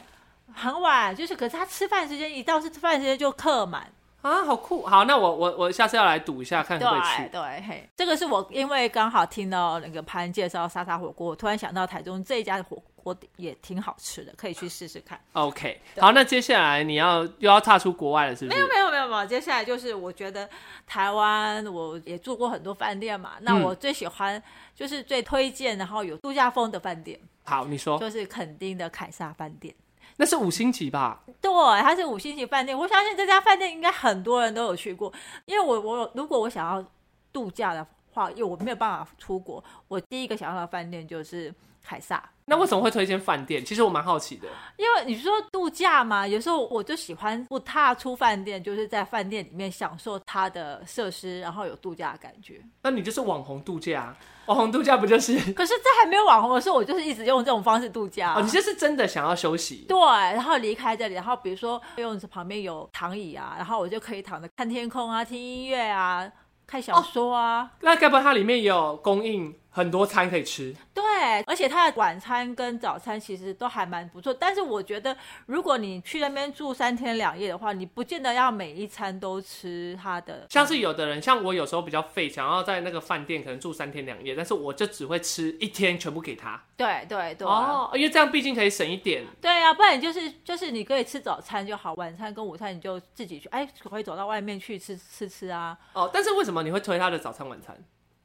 Speaker 2: 很晚，就是可是他吃饭时间一到是吃饭时间就客满，
Speaker 1: 啊，好酷。好，那我我我下次要来赌一下，看会不会
Speaker 2: 对
Speaker 1: 去。
Speaker 2: 对嘿，这个是我因为刚好听到那个潘介绍沙茶火锅，我突然想到台中这一家的火锅也挺好吃的，可以去试试看。
Speaker 1: OK，好，那接下来你要又要踏出国外了，是不
Speaker 2: 没有
Speaker 1: 是？
Speaker 2: 没有没有没有，接下来就是我觉得台湾我也住过很多饭店嘛，那
Speaker 1: 嗯
Speaker 2: 我最喜欢就是最推荐，然后有度假风的饭店，
Speaker 1: 好，你说
Speaker 2: 就是垦丁的凯撒饭店。
Speaker 1: 那是五星级吧？
Speaker 2: 对，它是五星级饭店，我相信这家饭店应该很多人都有去过。因为我我如果我想要度假的话，因为我没有办法出国，我第一个想要的饭店就是凯撒。
Speaker 1: 那为什么会推荐饭店？其实我蛮好奇的。
Speaker 2: 因为你说度假嘛，有时候我就喜欢不踏出饭店，就是在饭店里面享受它的设施，然后有度假的感觉。
Speaker 1: 那你就是网红度假、啊，网红度假不就是？
Speaker 2: 可是，在还没有网红的时候，我就是一直用这种方式度假、
Speaker 1: 哦，你这是真的想要休息？
Speaker 2: 啊对，然后离开这里，然后比如说游泳池旁边有躺椅啊，然后我就可以躺着看天空啊，听音乐啊，看小说啊。
Speaker 1: 那该不会它里面也有供应很多餐可以吃？
Speaker 2: 对，而且它的晚餐跟早餐其实都还蛮不错。但是我觉得，如果你去那边住三天两夜的话，你不见得要每一餐都吃它的。
Speaker 1: 像是有的人，像我有时候比较废，想要在那个饭店可能住三天两夜，但是我就只会吃一天全部给他。
Speaker 2: 对对对。
Speaker 1: 哦，
Speaker 2: 啊
Speaker 1: 因为这样毕竟可以省一点。
Speaker 2: 对啊，不然你就是就是你可以吃早餐就好，晚餐跟午餐你就自己去，哎，可以走到外面去吃吃吃啊。
Speaker 1: 哦，但是为什么你会推他的早餐晚餐？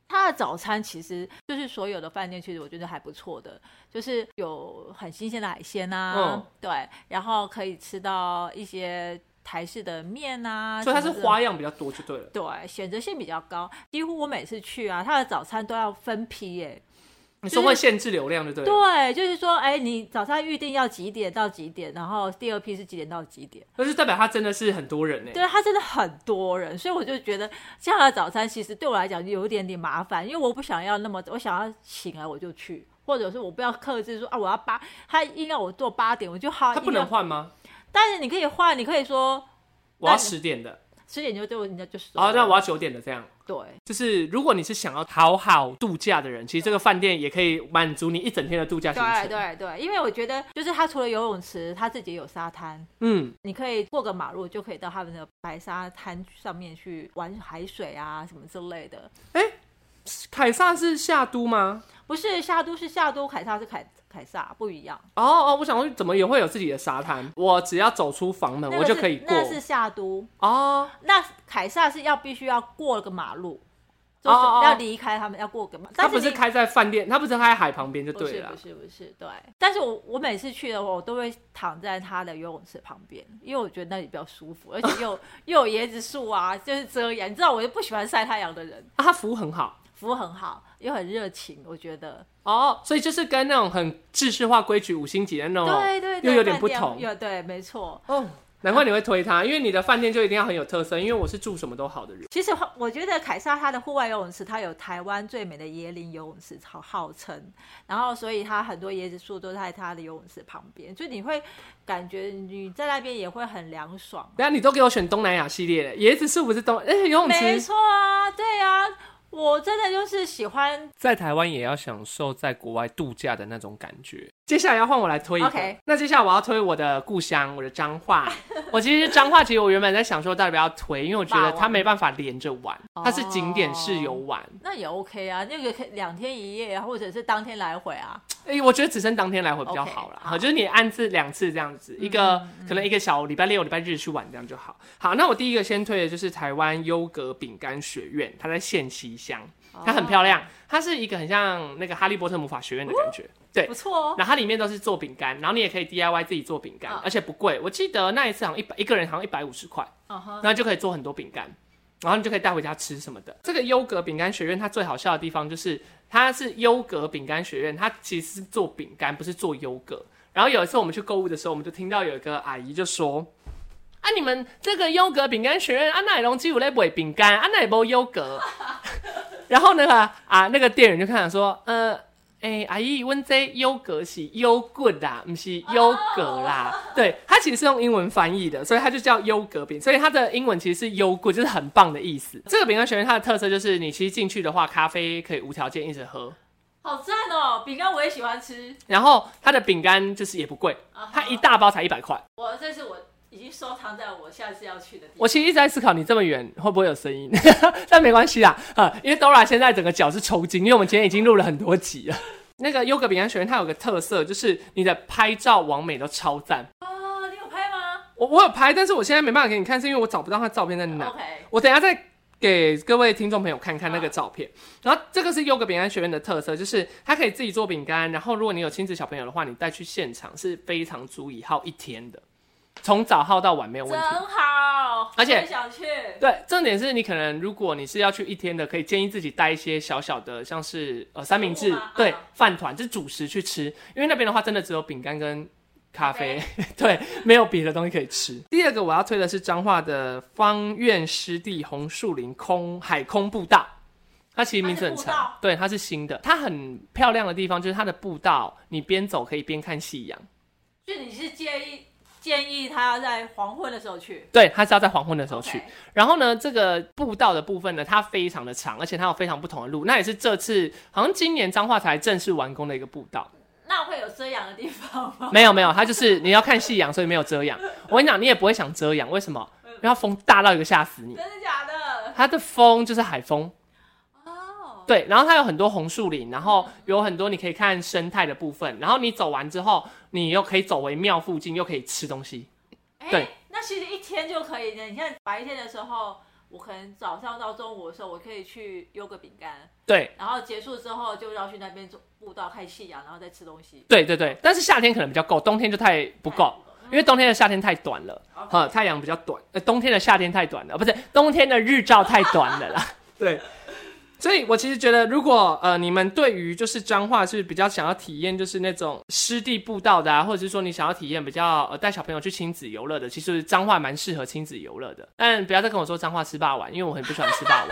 Speaker 2: 它的早餐其实就是所有的饭店，其实我觉得还不错的，就是有很新鲜的海鲜啊，
Speaker 1: 嗯
Speaker 2: 对，然后可以吃到一些台式的面啊，
Speaker 1: 所以它是
Speaker 2: 什么的
Speaker 1: 花样比较多就对了。
Speaker 2: 对，选择性比较高。几乎我每次去啊，它的早餐都要分批耶、
Speaker 1: 你说会限制流量就对了。
Speaker 2: 对，就是说，哎，你早餐预定要几点到几点，然后第二批是几点到几点。
Speaker 1: 那就代表他真的是很多人呢。欸
Speaker 2: 对，啊它真的很多人，所以我就觉得这样的早餐其实对我来讲有一点点麻烦，因为我不想要那么，我想要醒来我就去，或者是我不要克制说啊，我要八，他硬要我做八点，我就好。
Speaker 1: 他不
Speaker 2: 硬要
Speaker 1: 能，换吗？
Speaker 2: 但是你可以换，你可以说
Speaker 1: 我要十点的，
Speaker 2: 十点就对我，人家就是
Speaker 1: 哦，那我要九点的这样。
Speaker 2: 对
Speaker 1: 就是如果你是想要好好度假的人，其实这个饭店也可以满足你一整天的度假行
Speaker 2: 对
Speaker 1: 程。，
Speaker 2: 对对，因为我觉得就是他除了游泳池，他自己也有沙滩。
Speaker 1: 嗯，
Speaker 2: 你可以过个马路就可以到他们的白沙滩上面去玩海水啊什么之类的，
Speaker 1: 凯撒是夏都吗？
Speaker 2: 不是夏都是夏都，凯撒是凯凯撒不一样。
Speaker 1: 哦哦，我想问，怎么也会有自己的沙滩？我只要走出房门，
Speaker 2: 那
Speaker 1: 我
Speaker 2: 个
Speaker 1: 就是可以过。
Speaker 2: 那是夏都，
Speaker 1: 哦，
Speaker 2: 那凯撒是要必须要过个马路，就
Speaker 1: 哦
Speaker 2: 是
Speaker 1: 哦哦
Speaker 2: 要离开他们，要过个马。
Speaker 1: 它
Speaker 2: 但
Speaker 1: 不是
Speaker 2: 你
Speaker 1: 开在饭店，它不是开在海旁边就
Speaker 2: 不
Speaker 1: 对
Speaker 2: 是
Speaker 1: 了
Speaker 2: 不
Speaker 1: 啦。
Speaker 2: 是不是对。但是我我每次去的话，我都会躺在他的游泳池旁边，因为我觉得那里比较舒服，而且 又又有椰子树啊，就是遮阳。你知道，我就不喜欢晒太阳的人，
Speaker 1: 啊，它服务很好。
Speaker 2: 服务很好，又很热情，我觉得。
Speaker 1: 哦，所以就是跟那种很制式化、规矩、五星级的那种，
Speaker 2: 对对对，
Speaker 1: 哦又有点不
Speaker 2: 饭店
Speaker 1: 同
Speaker 2: 有对，没错。
Speaker 1: 哦，难怪你会推它，因为你的饭店就一定要很有特色。因为我是住什么都好的人，
Speaker 2: 其实我觉得凯撒它的户外游泳池，它有台湾最美的椰林游泳池，号号称，然后所以它很多椰子树都在它的游泳池旁边，就你会感觉你在那边也会很凉爽。
Speaker 1: 等一下你都给我选东南亚系列了，椰子树不是东？哎、游泳
Speaker 2: 没
Speaker 1: 池
Speaker 2: 错啊，对啊，我真的就是喜欢
Speaker 1: 在台湾也要享受在国外度假的那种感觉。接下来要换我来推一个
Speaker 2: OK
Speaker 1: 那接下来我要推我的故乡，我的彰化。 我其实彰化，其实我原本在想说到底要不要推，因为我觉得
Speaker 2: 霸
Speaker 1: 它
Speaker 2: 王哦
Speaker 1: 没办法连着玩，它是景点式游玩。
Speaker 2: 那也 OK 啊，那个可以两天一夜啊，或者是当天来回啊。
Speaker 1: 哎、我觉得只剩当天来回比较
Speaker 2: OK，
Speaker 1: 好啦。
Speaker 2: 好嗯
Speaker 1: 好，就是你按次两次这样子，一个可能一个小礼拜六、礼拜日去玩这样就好。好，那我第一个先推的就是台湾优格饼干学院，它在县西乡。
Speaker 2: 哦
Speaker 1: 它很漂亮，它是一个很像那个哈利波特魔法学院的感觉。对
Speaker 2: 不，错哦。
Speaker 1: 然后它里面都是做饼干，然后你也可以 DIY 自己做饼干
Speaker 2: 嗯，
Speaker 1: 而且不贵。我记得那一次好像一百一个人好像一百五十块，
Speaker 2: 嗯哼，
Speaker 1: 然后就可以做很多饼干，然后你就可以带回家吃什么的。这个优格饼干学院它最好笑的地方就是，它是优格饼干学院，它其实是做饼干，不是做优格。然后有一次我们去购物的时候，我们就听到有一个阿姨就说：“啊，你们这个优格饼干学院，啊，那龙基有在卖饼干，啊，那也无优格。” 然后那个啊，那个店员就看了说：“呃。”哎、阿姨，问这优格是优棍啦，不是优格啦。对，它其实是用英文翻译的，所以它就叫优格饼。所以它的英文其实是优棍，就是很棒的意思。这个饼干学院它的特色就是，你其实进去的话，咖啡可以无条件一直喝。
Speaker 2: 好赞哦！饼干我也喜欢吃，
Speaker 1: 然后它的饼干就是也不贵，它一大包才一百块。
Speaker 2: 我这是我已经收藏在我下次要去的地方。
Speaker 1: 我其实一直在思考，你这么远会不会有声音？ 但没关系啦，啊、因为 Dora 现在整个脚是抽筋，因为我们今天已经录了很多集了。那个优格饼干学院它有个特色，就是你的拍照完美都超赞。
Speaker 2: 哦，你有拍吗
Speaker 1: 我我有拍，但是我现在没办法给你看，是因为我找不到他照片在哪。
Speaker 2: ？OK，
Speaker 1: 我等一下再给各位听众朋友看看那个照片。然后这个是优格饼干学院的特色，就是它可以自己做饼干，然后如果你有亲子小朋友的话，你带去现场是非常足以耗一天的，从早耗到晚没有问题。
Speaker 2: 真好，
Speaker 1: 而且
Speaker 2: 我也想去。
Speaker 1: 对，重点是你可能如果你是要去一天的，可以建议自己带一些小小的，像是呃三明治
Speaker 2: 食物吗，
Speaker 1: 对
Speaker 2: 嗯，
Speaker 1: 饭团就是主食去吃，因为那边的话真的只有饼干跟咖啡， 对，没有别的东西可以吃。第二个我要推的是彰化的方院湿地红树林空海空步道。它其实名字很
Speaker 2: 它是步
Speaker 1: 长
Speaker 2: 道，
Speaker 1: 对，它是新的。它很漂亮的地方就是它的步道，你边走可以边看夕阳。
Speaker 2: 就你是建议建议他要在黄昏的时候去，
Speaker 1: 对，它是要在黄昏的时候去。
Speaker 2: OK
Speaker 1: 然后呢，这个步道的部分呢，它非常的长，而且它有非常不同的路。那也是这次好像今年彰化才正式完工的一个步道。
Speaker 2: 那会有遮阳的地方吗？
Speaker 1: 没有没有，它就是你要看夕阳，所以没有遮阳。我跟你讲，你也不会想遮阳，为什么？因为它风大到一个吓死你。
Speaker 2: 真的假的？
Speaker 1: 它的风就是海风，
Speaker 2: 哦，
Speaker 1: 对，然后它有很多红树林，然后有很多你可以看生态的部分，然后你走完之后，你又可以走回庙附近，又可以吃东西。
Speaker 2: 哎
Speaker 1: 对
Speaker 2: 那其实一天就可以呢。你看白天的时候，我可能早上到中午的时候，我可以去优个饼干，
Speaker 1: 对，
Speaker 2: 然后结束之后就绕去那边走步道看夕阳，然后再吃东西。哎
Speaker 1: 对对对，但是夏天可能比较够，冬天就太不够，因为冬天的夏天太短了，
Speaker 2: OK
Speaker 1: 哈，太阳比较短，呃，冬天的夏天太短了，哦不是冬天的日照太短了啦。 对，所以我其实觉得，如果呃你们对于就是彰化是比较想要体验就是那种湿地步道的啊，或者是说你想要体验比较呃带小朋友去亲子游乐的，其实彰化蛮适合亲子游乐的。但不要再跟我说彰化吃霸丸，因为我很不喜欢吃霸丸，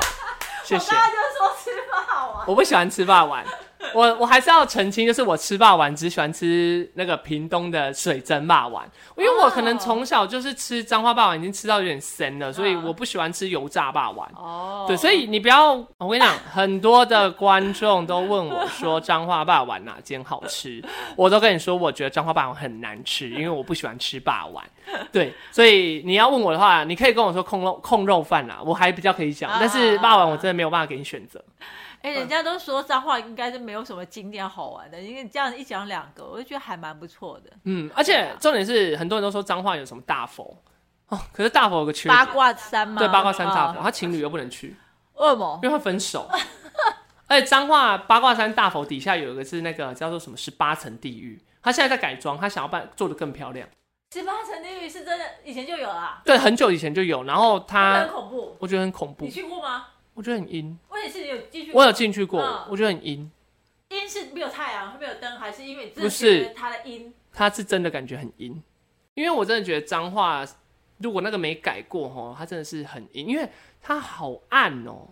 Speaker 1: 谢谢
Speaker 2: 我。刚刚就说吃不好啊。
Speaker 1: 我不喜欢吃霸丸，我我还是要澄清，就是我吃霸丸只喜欢吃那个屏东的水蒸霸丸，因为我可能从小就是吃彰化霸丸已经吃到有点生了，所以我不喜欢吃油炸霸丸。
Speaker 2: 哦
Speaker 1: 对，所以你不要，我跟你讲，很多的观众都问我说彰化霸丸哪间好吃，我都跟你说，我觉得彰化霸丸很难吃，因为我不喜欢吃霸丸。对，所以你要问我的话，你可以跟我说控肉控肉饭啦，我还比较可以讲，但是霸丸我真的没有办法给你选择。嗯
Speaker 2: 哎、人家都说脏话应该是没有什么景点好玩的，因为这样一讲两个，我就觉得还蛮不错的。
Speaker 1: 嗯，而
Speaker 2: 啊
Speaker 1: 且重点是，很多人都说彰化有什么大佛哦，可是大佛有个缺
Speaker 2: 八
Speaker 1: 点，
Speaker 2: 卦山吗？
Speaker 1: 对八卦山大佛，
Speaker 2: 啊
Speaker 1: 他情侣又不能去，
Speaker 2: 恶魔
Speaker 1: 因为会分手。而且彰化八卦山大佛底下有一个是那个叫做什么十八层地狱，他现在在改装，他想要办做的更漂亮。
Speaker 2: 十八层地狱是真的，以前就有啦，
Speaker 1: 对，很久以前就有，然后
Speaker 2: 啊、很
Speaker 1: 他
Speaker 2: 恐怖。
Speaker 1: 我觉得很恐怖
Speaker 2: 你，去过吗？
Speaker 1: 我觉得很阴，
Speaker 2: 我也是有进去，
Speaker 1: 我有进去过
Speaker 2: 嗯，
Speaker 1: 我觉得很阴，
Speaker 2: 阴是没有太阳，没有灯，还是因为你真
Speaker 1: 不
Speaker 2: 的
Speaker 1: 是
Speaker 2: 觉得它的阴？
Speaker 1: 他是真的感觉很阴，因为我真的觉得彰化如果那个没改过吼，它真的是很阴，因为它好暗哦、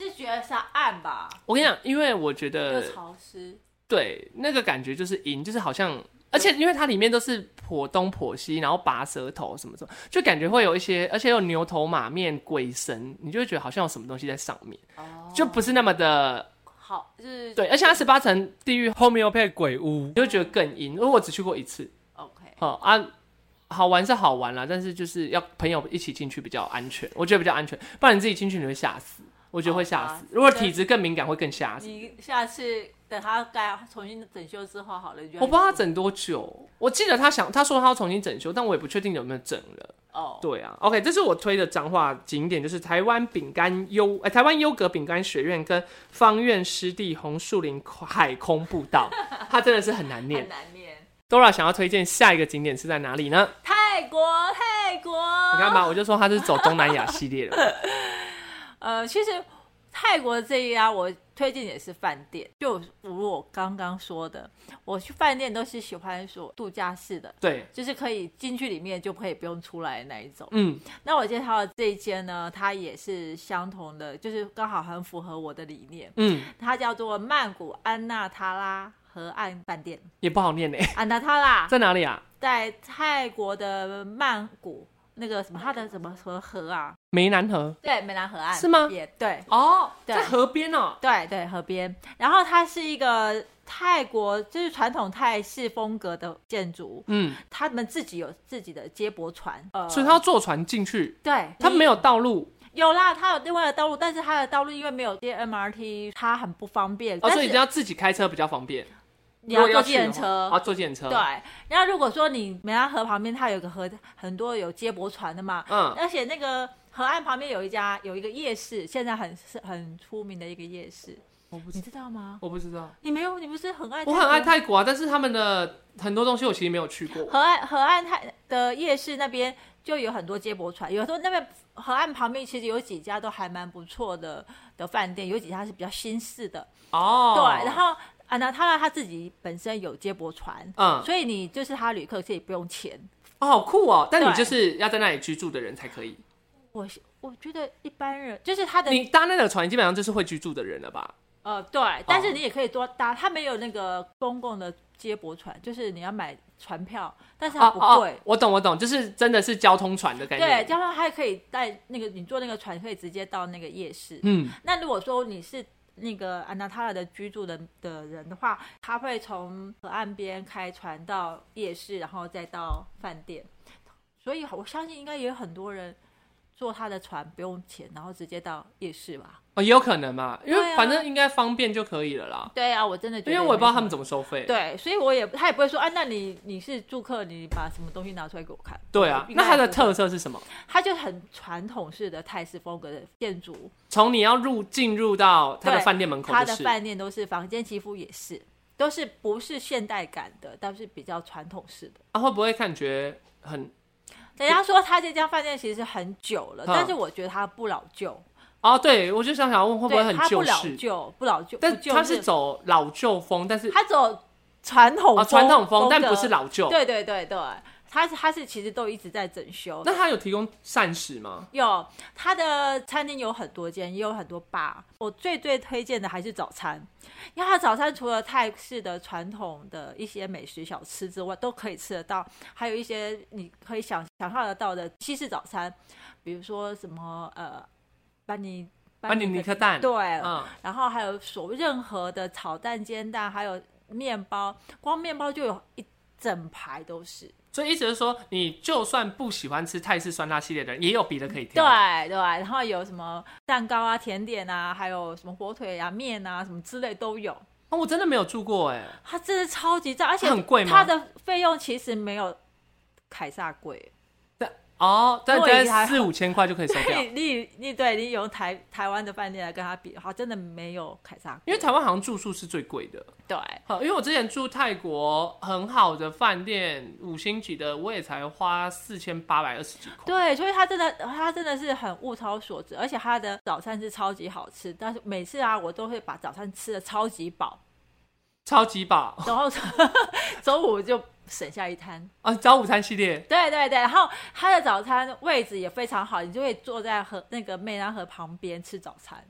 Speaker 2: 是觉得是暗吧，
Speaker 1: 我跟你讲，因为我觉
Speaker 2: 又
Speaker 1: 得
Speaker 2: 潮湿。
Speaker 1: 对那个感觉就是赢，就是好像，而且因为它里面都是破东破西，然后拔舌头什么什么，就感觉会有一些，而且有牛头马面、鬼神，你就会觉得好像有什么东西在上面，
Speaker 2: 哦，
Speaker 1: 就不是那么的
Speaker 2: 好，就是
Speaker 1: 对。而且它十八层地狱后面又配鬼屋，你就觉得更阴。因为我只去过一次，
Speaker 2: OK。
Speaker 1: 哦啊，好玩是好玩啦，但是就是要朋友一起进去比较安全，我觉得比较安全，不然你自己进去你会吓死，我觉得会吓
Speaker 2: 好吧
Speaker 1: 死。如果体质更敏感会更吓死。
Speaker 2: 你下次等它盖重新整修之后好了，你就
Speaker 1: 我不知道他整多久，我记得他想他说他要重新整修，但我也不确定有没有整了。
Speaker 2: 哦，
Speaker 1: 对啊，OK，这是我推的彰化景点，就是台湾饼干优，哎、台湾优格饼干学院跟方院湿地红树林海空步道，它真的是很难
Speaker 2: 很
Speaker 1: 念。
Speaker 2: 难念。
Speaker 1: Dora 想要推荐下一个景点是在哪里呢？
Speaker 2: 泰国，泰国，
Speaker 1: 你看吧，我就说它是走东南亚系列的，
Speaker 2: 呃，其实泰国这一家我推荐也是饭店，就如我刚刚说的，我去饭店都是喜欢说度假式的，
Speaker 1: 对，
Speaker 2: 就是可以进去里面就可以不用出来的那一种。
Speaker 1: 嗯，
Speaker 2: 那我介绍的这一间呢，它也是相同的，就是刚好很符合我的理念，
Speaker 1: 嗯，
Speaker 2: 它叫做曼谷安纳塔拉河岸饭店，
Speaker 1: 也不好念呢、
Speaker 2: 安纳塔拉
Speaker 1: 在哪里啊？
Speaker 2: 在泰国的曼谷那个什么它的什么什么河啊，
Speaker 1: 湄南河
Speaker 2: 对，湄南河岸
Speaker 1: 是吗
Speaker 2: 也对，
Speaker 1: 哦，
Speaker 2: 对
Speaker 1: 在河边哦，
Speaker 2: 对对，河边。然后它是一个泰国，就是传统泰式风格的建筑，
Speaker 1: 嗯，
Speaker 2: 他们自己有自己的接驳船，呃，
Speaker 1: 所以他要坐船进去，
Speaker 2: 对
Speaker 1: 他
Speaker 2: 你
Speaker 1: 没有道路，
Speaker 2: 有啦，它有另外的道路，但是它的道路因为没有接 MRT，它很不方便。
Speaker 1: 哦，
Speaker 2: 但
Speaker 1: 所以
Speaker 2: 是
Speaker 1: 一定要自己开车比较方便。
Speaker 2: 你
Speaker 1: 如
Speaker 2: 要
Speaker 1: 果
Speaker 2: 坐
Speaker 1: 去
Speaker 2: 计程
Speaker 1: 的话
Speaker 2: 车
Speaker 1: 啊，。坐计程车，
Speaker 2: 对，，然后如果说你梅拉河旁边它有一个河，很多有接驳船的嘛，
Speaker 1: 嗯，
Speaker 2: 而且那个河岸旁边有一家有一个夜市，现在很是很出名的一个夜市，
Speaker 1: 我不
Speaker 2: 你，知道吗？
Speaker 1: 我不知道，
Speaker 2: 你没有，你不是很爱？
Speaker 1: 我很爱泰国啊，但是他们的很多东西我其实没有去过。
Speaker 2: 河岸河岸它的夜市那边就有很多接驳船，有时候那边河岸旁边其实有几家都还蛮不错的的饭店，有几家是比较新式的，
Speaker 1: 哦，
Speaker 2: 对。然后啊，那他他自己本身有接驳船，
Speaker 1: 嗯，
Speaker 2: 所以你就是他旅客，其实也不用钱。
Speaker 1: 哦，好酷哦！但你
Speaker 2: 对
Speaker 1: 就是要在那里居住的人才可以。
Speaker 2: 我我觉得一般人就是他的
Speaker 1: 你搭那个船，基本上就是会居住的人了吧？
Speaker 2: 呃对，但是你也可以多搭，他们有那个公共的接驳船，就是你要买船票，但是它不贵。
Speaker 1: 哦我懂，我懂，就是真的是交通船的概
Speaker 2: 哦对，
Speaker 1: 念。，
Speaker 2: 加上还可以带那个，你坐那个船可以直接到那个夜市。
Speaker 1: 嗯，
Speaker 2: 那如果说你是那个安娜塔拉的居住的的人的话，他会从河岸边开船到夜市，然后再到饭店。所以我相信应该也有很多人坐他的船不用钱，然后直接到夜市吧。
Speaker 1: 哦，也有可能嘛，因
Speaker 2: 对
Speaker 1: 为
Speaker 2: 啊
Speaker 1: 反正应该方便就可以了啦。
Speaker 2: 对啊，我真的觉
Speaker 1: 因
Speaker 2: 得，
Speaker 1: 为我也不知道他们
Speaker 2: 么。
Speaker 1: 怎么收费。
Speaker 2: 对，所以我也他也不会说啊，那你你是住客，你把什么东西拿出来给我看？
Speaker 1: 对啊，
Speaker 2: 应该
Speaker 1: 那它的
Speaker 2: 也不会
Speaker 1: 特色是什么？
Speaker 2: 他就很传统式的泰式风格的建筑，
Speaker 1: 从你要入进入到它的
Speaker 2: 对
Speaker 1: 饭店门口
Speaker 2: 他的
Speaker 1: 就是。
Speaker 2: 饭店都是房间，几乎也是都是不是现代感的，但是比较传统式的。
Speaker 1: 啊，会不会感觉很
Speaker 2: 人家说他这家饭店其实很久了，
Speaker 1: 嗯
Speaker 2: 但是我觉得它不老旧，
Speaker 1: 哦，对，我就想想问会不会
Speaker 2: 对，
Speaker 1: 很
Speaker 2: 它不
Speaker 1: 旧
Speaker 2: 老
Speaker 1: 式？
Speaker 2: 旧，不老旧，
Speaker 1: 但
Speaker 2: 不旧
Speaker 1: 它是走老旧风，但是
Speaker 2: 它走传统
Speaker 1: 啊传统风，
Speaker 2: 风，
Speaker 1: 但不是。老旧。
Speaker 2: 对对对对，它是它是其实都一直在整修。
Speaker 1: 那它有提供膳食吗？
Speaker 2: 有它的餐厅有很多间，也有很多 bar。我最最推荐的还是早餐，因为它早餐除了泰式的传统的一些美食小吃之外，都可以吃得到，还有一些你可以想想象得到的西式早餐，比如说什么呃班尼
Speaker 1: 班尼尼克蛋，
Speaker 2: 对，
Speaker 1: 嗯，
Speaker 2: 然后还有所任何的炒蛋、煎蛋，还有面包，光面包就有一整排都是。
Speaker 1: 所以意思是说，你就算不喜欢吃泰式酸辣系列的人，也有别的可以挑。
Speaker 2: 对对，然后有什么蛋糕啊、甜点啊，还有什么火腿啊、面啊什么之类都有。
Speaker 1: 哦，我真的没有住过哎，
Speaker 2: 它真的超级赞，而且
Speaker 1: 很贵吗
Speaker 2: 它的费用其实没有凯撒贵，
Speaker 1: 哦，但
Speaker 2: 诺伊
Speaker 1: 但
Speaker 2: 还
Speaker 1: 四五千块就可以收掉
Speaker 2: 你。你你对你用台台湾的饭店来跟它比的话，真的没有凯撒
Speaker 1: 因
Speaker 2: 贵。
Speaker 1: 为台湾好像住宿是最贵的，
Speaker 2: 对，
Speaker 1: 好，因为我之前住泰国很好的饭店，五星级的，我也才花四千八百二十几块。
Speaker 2: 对，所以它真的，它真的是很物超所值，而且它的早餐是超级好吃。但是每次啊，我都会把早餐吃的超级饱，
Speaker 1: 超级饱
Speaker 2: 然后 中午就省下一摊。
Speaker 1: 啊！早午餐系列
Speaker 2: 对对对，然后它的早餐位置也非常好，你就会坐在河那个湄南河旁边吃早餐。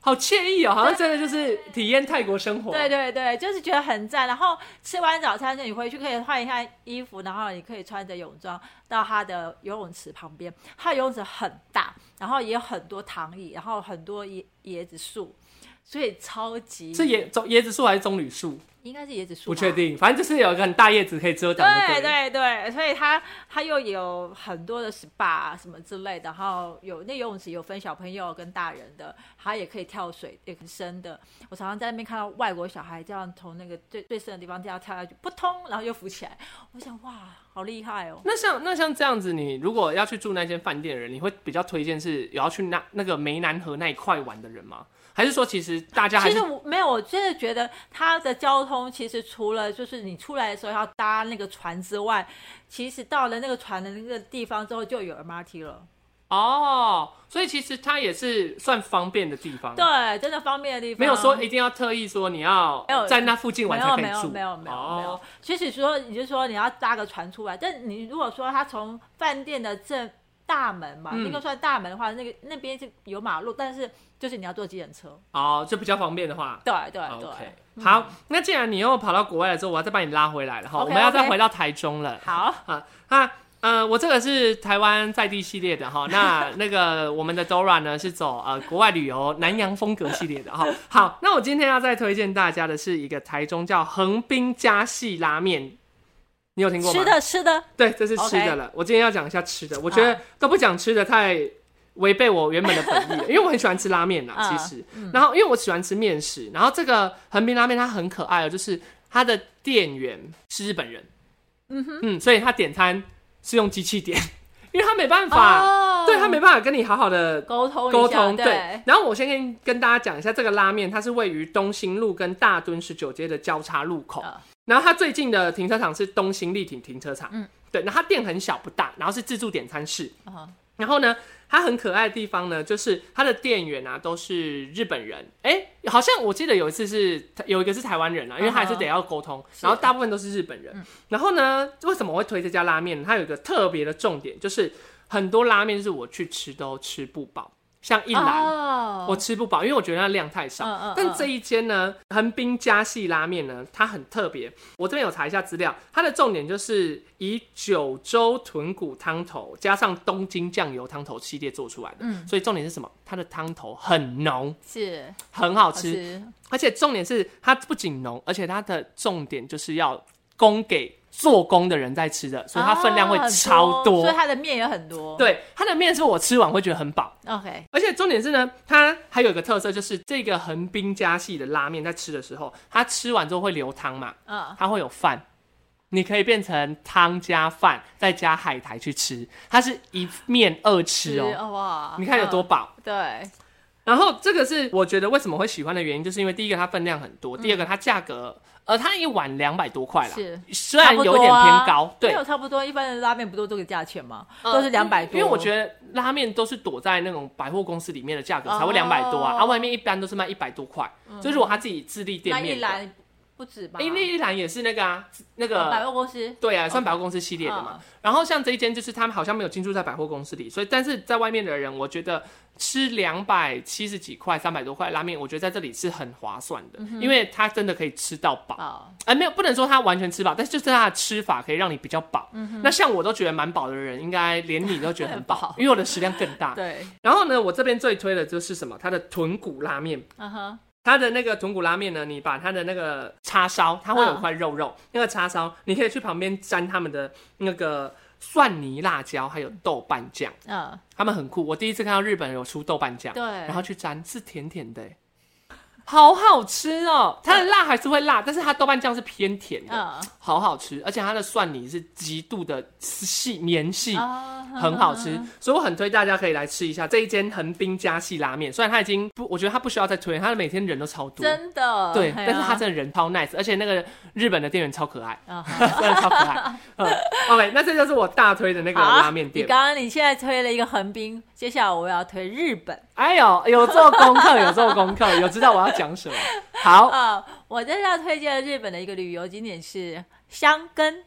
Speaker 1: 好惬意哦，好像真的就是体验泰国生活。
Speaker 2: 对对对，就是觉得很赞。然后吃完早餐，你回去可以换一下衣服，然后你可以穿着泳装到它的游泳池旁边。它的游泳池很大，然后也有很多躺椅，然后很多椰椰子树，所以超级
Speaker 1: 是椰棕椰子树还是棕榈树？
Speaker 2: 应该是椰子树，
Speaker 1: 不确。定，反正就是有一个很大叶子可以遮挡。
Speaker 2: 对
Speaker 1: 不对，
Speaker 2: 对对，所以它它又有很多的 SPA 什么之类的，然后有那游泳池有分小朋友跟大人的，它也可以跳水，也很深的。我常常在那边看到外国小孩这样从那个最最深的地方这样跳下去，扑通，然后又浮起来。我想哇，好厉 害哦！
Speaker 1: 那像那像这样子，你如果要去住那间饭店的人，你会比较推荐是有要去那那个湄南河那一块玩的人吗？还是说其实大家还
Speaker 2: 其
Speaker 1: 是
Speaker 2: 实我没有，我真的觉得它的交通其实除了就是你出来的时候要搭那个船之外，其实到了那个船的那个地方之后就有 MRT 了。
Speaker 1: 哦，所以其实它也是算方便的地方，，
Speaker 2: 对，真的方便的地方
Speaker 1: 嗯没有说一定要特意说你要
Speaker 2: 没有
Speaker 1: 在那附近
Speaker 2: 没
Speaker 1: 玩才
Speaker 2: 有
Speaker 1: 可
Speaker 2: 没
Speaker 1: 以
Speaker 2: 有
Speaker 1: 住，
Speaker 2: 没有没有没有
Speaker 1: 哦，，
Speaker 2: 其实说你就说你要搭个船出来，但你如果说他从饭店的正大门嘛，
Speaker 1: 嗯
Speaker 2: 那个算大门的话，那个那边是有马路，但是就是你要坐计程车。
Speaker 1: 哦，就比较方便的话。
Speaker 2: 对对对
Speaker 1: 啊 OK，好，那既然你又跑到国外了之后，我要再把你拉回来了哈，我
Speaker 2: OK，
Speaker 1: 们要再
Speaker 2: OK
Speaker 1: 回到台中了。
Speaker 2: 好，
Speaker 1: 啊啊呃，我这个是台湾在地系列的 哈，那那个我们的 Dora 呢是走呃国外旅游南洋风格系列的哈。好，那我今天要再推荐大家的是一个台中叫横滨家系拉面，你有听过吗？
Speaker 2: 吃的吃的，
Speaker 1: 对，这是吃的了。我今天要讲一下吃的，我觉得都不讲吃的太违背我原本的本意了，因 为我很喜欢吃拉面啦，
Speaker 2: 嗯
Speaker 1: 其实。然后因为我喜欢吃面食，然后这个横滨拉面它很可爱哦，就是它的店员是日本人，嗯哼，嗯，所以他点餐是用机器点， 因为他没办法，
Speaker 2: 哦
Speaker 1: 对他没办法跟你好好的
Speaker 2: 沟通一下
Speaker 1: 沟通。
Speaker 2: 对，
Speaker 1: 然后我先跟跟大家讲一下这个拉面，它是位于东兴路跟大墩十九街的交叉路口。
Speaker 2: 嗯
Speaker 1: 然后它最近的停车场是东兴立挺停车场。
Speaker 2: 嗯
Speaker 1: 对。然后它店很小不大，然后是自助点餐室。
Speaker 2: 嗯
Speaker 1: 然后呢，它很可爱的地方呢，就是它的店员啊都是日本人。哎，好像我记得有一次是有一个是台湾人啊，因为他还是得要沟通。
Speaker 2: 嗯是嗯
Speaker 1: 然后大部分都是日本人。然后呢，为什么我会推这家拉面呢？它有一个特别的重点，就是很多拉面是我去吃都吃不饱，像一兰。
Speaker 2: 哦
Speaker 1: 我吃不饱，因为我觉得它量太少。
Speaker 2: 嗯嗯
Speaker 1: 但这一间呢，横滨家系拉面呢，它很特别。我这边有查一下资料，它的重点就是以九州豚骨汤头加上东京酱油汤头系列做出来的。
Speaker 2: 嗯
Speaker 1: 所以重点是什么？它的汤头很浓，
Speaker 2: 是
Speaker 1: 很好
Speaker 2: 好
Speaker 1: 吃，而且重点是它不仅浓，而且它的重点就是要供给做工的人在吃的，所以它分量会
Speaker 2: 啊很
Speaker 1: 超多。
Speaker 2: 所以它的面也很多。
Speaker 1: 对，它的面是我吃完会觉得很饱。
Speaker 2: ，OK，
Speaker 1: 而且重点是呢，它还有一个特色，就是这个横滨家系的拉面，在吃的时候，它吃完之后会留汤嘛，
Speaker 2: 嗯，
Speaker 1: 它会有饭，你可以变成汤加饭，再加海苔去吃，它是一面二吃哦，
Speaker 2: 哇，
Speaker 1: 你看有多
Speaker 2: 嗯
Speaker 1: 饱。
Speaker 2: 对，
Speaker 1: 然后这个是我觉得为什么会喜欢的原因，就是因为第一个它分量很多，第二个它价格，呃，它一碗两百多块啦
Speaker 2: 嗯是，
Speaker 1: 虽然有点偏高，对
Speaker 2: 啊没，有差不多，一般的拉面不都这个价钱吗？
Speaker 1: 呃
Speaker 2: 都是两百多，
Speaker 1: 因为我觉得拉面都是躲在那种百货公司里面的价格才会
Speaker 2: 哦
Speaker 1: 两百多啊，啊，外面一般都是卖一百多块。所以如果他自己自立
Speaker 2: 那
Speaker 1: 店面
Speaker 2: 一
Speaker 1: 的，哎
Speaker 2: 篮不止吧？
Speaker 1: 诶那一兰也是那个啊，那
Speaker 2: 哦嗯百
Speaker 1: 个
Speaker 2: 货公司
Speaker 1: 对啊，算百货公司系列的嘛。然后像这一间就是他们好像没有进驻在百货公司里，所以但是在外面的人，我觉得吃两百七十几块、三百多块的拉面，我觉得在这里是很划算的，
Speaker 2: 嗯
Speaker 1: 因为它真的可以吃到饱。
Speaker 2: 哦，
Speaker 1: 哎、没有，不能说它完全吃饱，但是就是它的吃法可以让你比较饱。
Speaker 2: 嗯
Speaker 1: 那像我都觉得蛮饱的人，应该连你都觉得很
Speaker 2: 很
Speaker 1: 饱
Speaker 2: 饱，
Speaker 1: 因为我的食量更大。
Speaker 2: 对，
Speaker 1: 然后呢，我这边最推的就是什么？它的豚骨拉面，
Speaker 2: 嗯哼，
Speaker 1: 它的那个豚骨拉面呢，你把它的那个叉烧，它会有
Speaker 2: 嗯
Speaker 1: 块肉肉，那个叉烧你可以去旁边沾他们的那个蒜泥辣椒，还有豆瓣酱，
Speaker 2: 嗯，
Speaker 1: 他们很酷。我第一次看到日本人有出豆瓣酱，
Speaker 2: 对
Speaker 1: 然后去沾是甜甜的欸。好好吃哦，它的辣还是会辣，但是它豆瓣酱是偏甜的。
Speaker 2: 嗯，
Speaker 1: 好好吃，而且它的蒜泥是极度的细绵细，
Speaker 2: 啊
Speaker 1: 很好吃，所以我很推大家可以来吃一下这一间横滨家系拉面。虽然它已经不，我觉得它不需要再推，它的每天人都超多，
Speaker 2: 真的，
Speaker 1: 对，
Speaker 2: 嘿啊
Speaker 1: 但是它真的人超 nice，而且那个日本的店员超可爱，
Speaker 2: 啊哈
Speaker 1: 真的超可爱。嗯，OK，那这 就是我大推 的那个
Speaker 2: 好啊
Speaker 1: 拉面店
Speaker 2: 你。刚刚你现在推了一个横滨，接下来我要推日本。
Speaker 1: 哎呦，有做功课，有做功课，有知道我要讲 什么。好，
Speaker 2: 呃，我这要推荐日本的一个旅游景点是箱根，